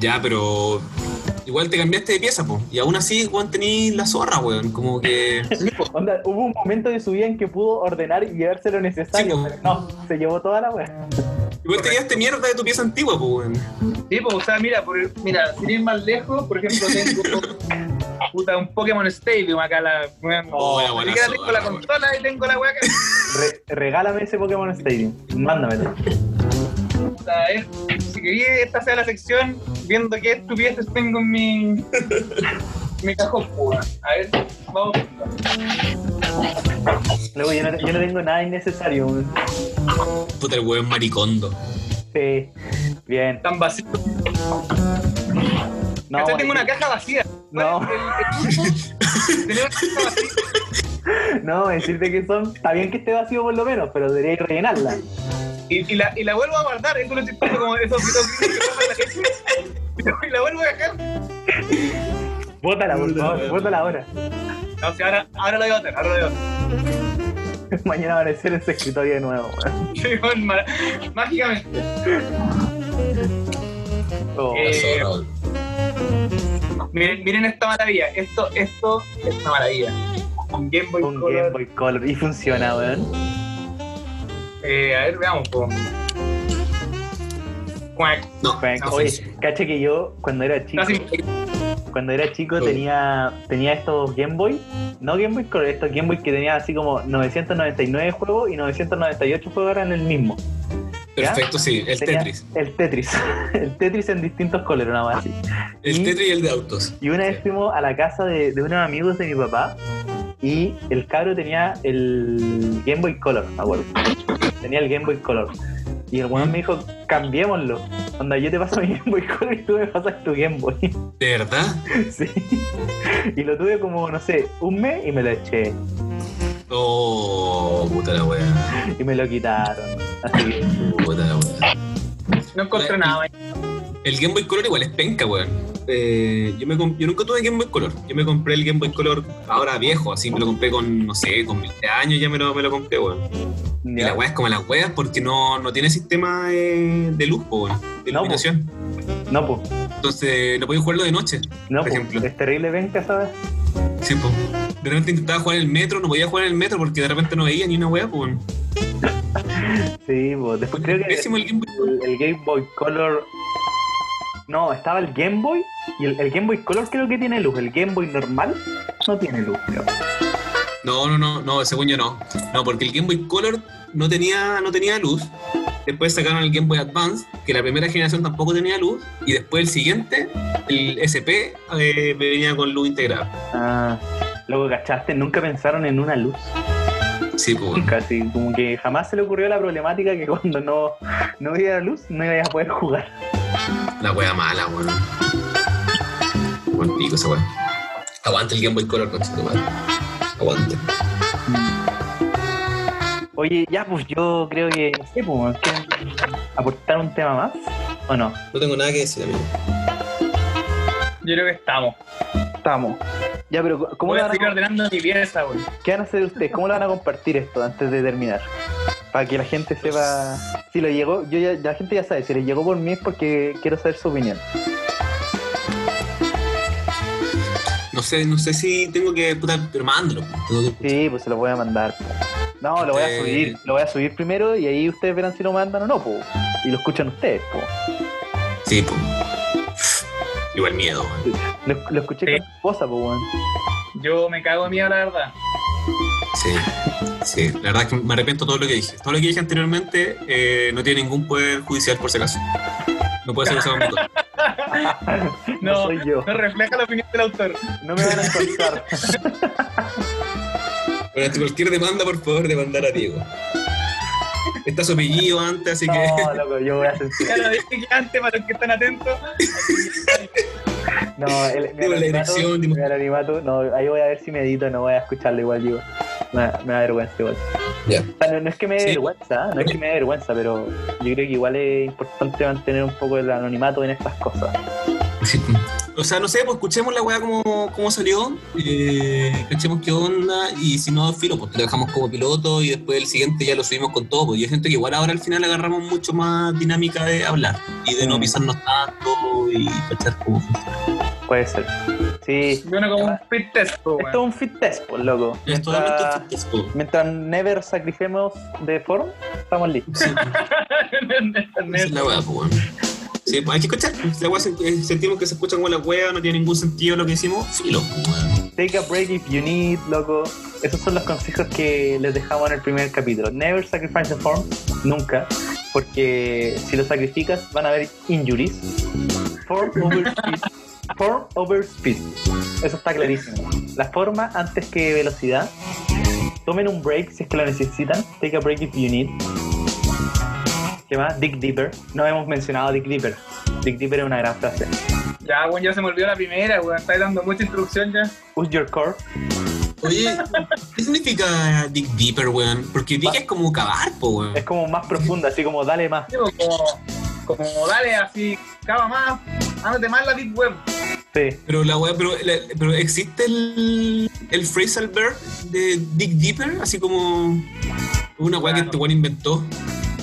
D: Ya, pero... Igual te cambiaste de pieza, po. Y aún así, Juan, tenís la zorra, weón. Como que...
B: Onda, hubo un momento de su vida en que pudo ordenar y llevarse lo necesario,
D: Sí,
B: pero no, se llevó toda la weá.
D: Igual te quedaste mierda de tu pieza antigua, pues, weón.
C: Sí, pues, o sea, mira, por- mira, sin ir más lejos, por ejemplo,
B: <laughs>
C: tengo puta, un Pokémon Stadium acá. La, weón.
D: Oh,
C: Ni
D: buena, buena,
C: siquiera tengo la
D: buena.
C: consola y tengo la weá que
B: Re- regálame ese Pokémon Stadium. Mándamelo.
C: puta, es- Si quería, esta sea la sección viendo qué estupideces tengo en mi, mi cajón, pues, weón. A ver, vamos.
B: Luego yo no, yo no tengo nada innecesario. weón.
D: Puta, el weón maricondo.
B: Sí. Bien.
C: Tan vacío.
B: No,
C: Cachai,
B: bueno,
C: tengo una caja vacía.
B: No.
C: El- el- Tenía una caja vacía.
B: <laughs> No, decirte que son. Está bien que esté vacío por lo menos, pero deberíais rellenarla.
C: Y, y la, y la vuelvo a guardar, eso lo chistoso como esos esos videos que pasan la gente. <laughs> Y la vuelvo a dejar.
B: Bótala, por
D: Puta
B: favor.
D: weón.
B: Bótala ahora. <laughs>
C: No, o sea, ahora, ahora lo voy a hacer, ahora lo voy a hacer.
B: Mañana va a aparecer ese escritorio de nuevo. weón.
C: Sí, bueno, ma- Mágicamente.
B: Oh,
C: Eh, Miren, miren esta maravilla. Esto, esto es una maravilla. Un Game Boy
B: un
C: Color.
B: Game Boy Color. Y funciona, weón.
C: Eh, a ver, veamos. po. Cuac.
D: No,
B: Frank,
D: no,
B: Oye,
D: sí.
B: cacha que yo cuando era chico,
C: Casi-
B: cuando era chico
D: Sí.
B: tenía, tenía estos Game Boy, no Game Boy Color, estos Game Boy que tenían así como 999 juegos y 998 juegos eran el mismo. ¿Ya?
D: Perfecto, sí, el
B: Tenía
D: Tetris.
B: El Tetris. <laughs> El Tetris en distintos colores, una más así.
D: El
B: y-
D: Tetris y el de autos.
B: Y una vez fuimos a la casa de, de unos amigos de mi papá y el cabro tenía el Game Boy Color, me acuerdo. Tenía el Game Boy Color. Y el
D: Mm.
B: weón me dijo, cambiémoslo. Onda, yo te paso mi <laughs> Game Boy Color y tú me pasas tu Game Boy.
D: ¿De verdad?
B: Sí. Y lo tuve como, no sé, un mes y me lo eché.
D: Oh, puta la weá.
B: Y me lo quitaron. Así que,
D: Puta la weá.
C: No encontré nada. eh.
D: El Game Boy Color igual es penca, weón. Eh, yo, me comp- yo nunca tuve Game Boy Color. Yo me compré el Game Boy Color ahora viejo, así me lo compré con, no sé, con 20 años ya me lo, me lo compré, weón. Y la
B: ya.
D: weá es como las weas porque no, no tiene sistema eh, de luz, po, weón, de
B: No, po.
D: iluminación.
B: No, po.
D: Entonces no podía jugarlo de noche.
B: No,
D: Por
B: po.
D: ejemplo.
B: Es terrible venga, ¿sabes?
D: Sí, po. De repente intentaba jugar en el metro, no podía jugar en el metro porque de repente no veía ni una wea, po, weón.
B: Sí, po. Después Pues creo que
D: Pésimo el Game Boy Color.
B: el, el Game Boy Color... No, estaba el Game Boy y el, el Game Boy Color creo que tiene luz. El Game Boy normal no tiene luz, creo.
D: No, no, no, no, según yo no. No, porque el Game Boy Color no tenía, no tenía luz. Después sacaron el Game Boy Advance, que la primera generación tampoco tenía luz. Y después el siguiente, el SP, eh, venía con luz integrada.
B: Ah, luego, ¿cachaste? Nunca pensaron en una luz.
D: Sí, po, weón.
B: Nunca, así como que jamás se le ocurrió la problemática que cuando no, no hubiera luz no ibas a poder jugar.
D: La wea mala, weón. Buen pico esa wea. Aguanta el Game Boy Color, conchito, madre. Aguanta.
B: Oye, ya, pues yo creo que, no sé, pues, ¿quieren aportar un tema más? ¿O no?
D: No tengo nada que decir, amigo.
C: Yo creo que estamos.
B: Estamos. Ya, pero ¿cómo
C: Voy
B: lo
C: a
B: van
C: seguir
B: a,
C: ordenando mi pieza, güey.
B: ¿qué van a hacer ustedes? ¿Cómo lo van a compartir esto antes de terminar? Para que la gente sepa si lo llegó, yo ya, la gente ya sabe, si les llegó por mí es porque quiero saber su opinión.
D: No sé, no sé si tengo que. Puta, pero mándalo. Tengo que-
B: Sí, pues se lo voy a mandar. po. No, lo voy a
D: Eh.
B: subir, lo voy a subir primero y ahí ustedes verán si lo mandan o no, pues. Y lo escuchan ustedes, pues.
D: Sí, po. Igual miedo, weón.
B: Lo, lo escuché
C: Sí.
B: con mi esposa, pues, weón.
C: Yo me cago en miedo, la verdad.
D: Sí, sí. La verdad es que me arrepiento de todo lo que dije. Todo lo que dije anteriormente eh, no tiene ningún poder judicial, por si acaso. No puede ser usado <laughs> en mi contra.
B: No.
C: No.
B: soy yo.
C: No refleja la opinión del autor.
B: No me van a encontrar.
D: Pero ante cualquier demanda, por favor, demandar a Diego. Está su apellido antes, así que. <laughs>
B: No, loco, yo voy a censurar.
C: Ya lo dije que antes, para los que están atentos.
D: <laughs>
B: No, el,
D: Digo, la dirección, digo.
B: me anonimato, no, ahí voy a ver si me edito, no voy a escucharlo igual, digo. Me, da- me da vergüenza igual.
D: Ya.
B: O sea, no, no es que me dé
D: Sí.
B: vergüenza, ¿eh? no es que me dé vergüenza, pero yo creo que igual es importante mantener un poco el anonimato en estas cosas.
D: <laughs> O sea, no sé, pues escuchemos la weá como, como salió, eh, cachemos qué onda, y si no, filo, pues lo dejamos como piloto y después el siguiente ya lo subimos con todo. Pues yo siento que igual ahora al final agarramos mucho más dinámica de hablar y de no
B: Mm.
D: pisarnos tanto y cachar cómo funciona.
B: Puede ser. Sí.
C: Bueno, como un fit test, po,
B: Esto es
C: <laughs> güey.
B: un fit test, pues, loco.
D: Es totalmente
B: Mientras,
D: un suceso.
B: <laughs> mientras never sacrifiquemos de forma, estamos listos.
D: Sí.
C: en
D: Esa es
C: internet.
D: la weá, pues, weón. Sí, pues hay que escuchar. Si La weá se- eh, sentimos que se escuchan como la weá, no tiene ningún sentido lo que hicimos. Filo, pues, weón.
B: Take a break if you need, loco. Esos son los consejos que les dejamos en el primer capítulo. Never sacrifice the form, nunca, porque si lo sacrificas van a haber injuries. Form over speed. Form over speed. Eso está clarísimo. La forma antes que velocidad. Tomen un break si es que lo necesitan. Take a break if you need. ¿Qué más? Dig deeper. No hemos mencionado Dig deeper. Dig deeper es una gran frase.
C: Ya, weón, ya se me olvidó la primera, weón. Estáis dando mucha instrucción ya.
B: Use your core.
D: Oye, ¿qué significa Dig Deeper, weón? Porque Dig es como cavar, pues, weón.
B: Es como más profunda, así como dale más.
C: Digo, como, como dale así, cava más, ándate más la deep web.
B: Sí.
D: Pero la weá, pero, la- pero existe el, el phrasal verb de Dig Deeper, así como una weá que este weón inventó.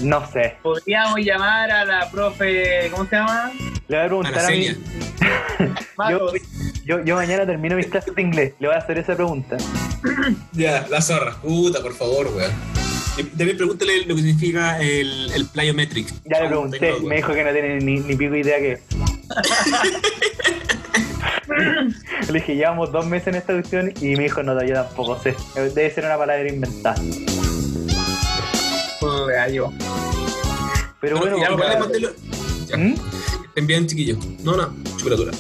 B: No sé.
C: Podríamos llamar a la profe, ¿cómo se llama?
B: Le voy a
D: A
B: preguntar
D: la
B: a mí.
D: serie.
B: Yo,
C: Matos.
B: yo, yo mañana termino mis clases de inglés. Le voy a hacer esa pregunta.
D: Ya, la zorra. Puta, por favor, weón. Y También pregúntale lo que significa el, el plyometric.
B: Ya le
D: Aún
B: pregunté.
D: Oh, tengo duda.
B: Me dijo que no tiene ni, ni pico idea que Le dije, llevamos dos meses en esta cuestión y me dijo, no, yo tampoco sé. Debe ser una palabra inventada.
C: Joder, yo.
B: Pero bueno,
D: igual
B: ya-
D: le mandé lo- ya.
B: ¿Mm?
D: Te envían chiquillo. No, no, chuperatura.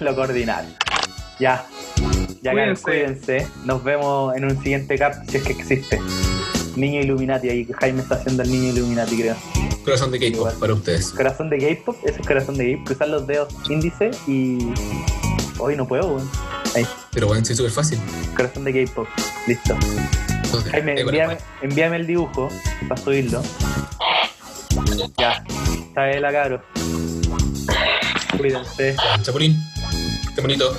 B: lo coordinar. Ya. Ya cabrón,
C: Cuídense.
B: cuídense. Nos vemos en un siguiente cap si es que existe. Niño Illuminati, ahí que Jaime está haciendo el niño Illuminati, creo.
D: Corazón de Keiko
B: Igual.
D: para ustedes.
B: Corazón de K-pop, eso es corazón de K-pop. Cruzar los dedos índice y. Hoy no puedo, weón.
D: Pero bueno, sí, súper fácil.
B: Corazón de K-pop. Listo.
D: Entonces,
B: Jaime,
D: ahí va la
B: envíame,
D: weá.
B: envíame el dibujo para subirlo. Ya. Chabela, cabros. Cuídense.
D: Chapulín, qué bonito.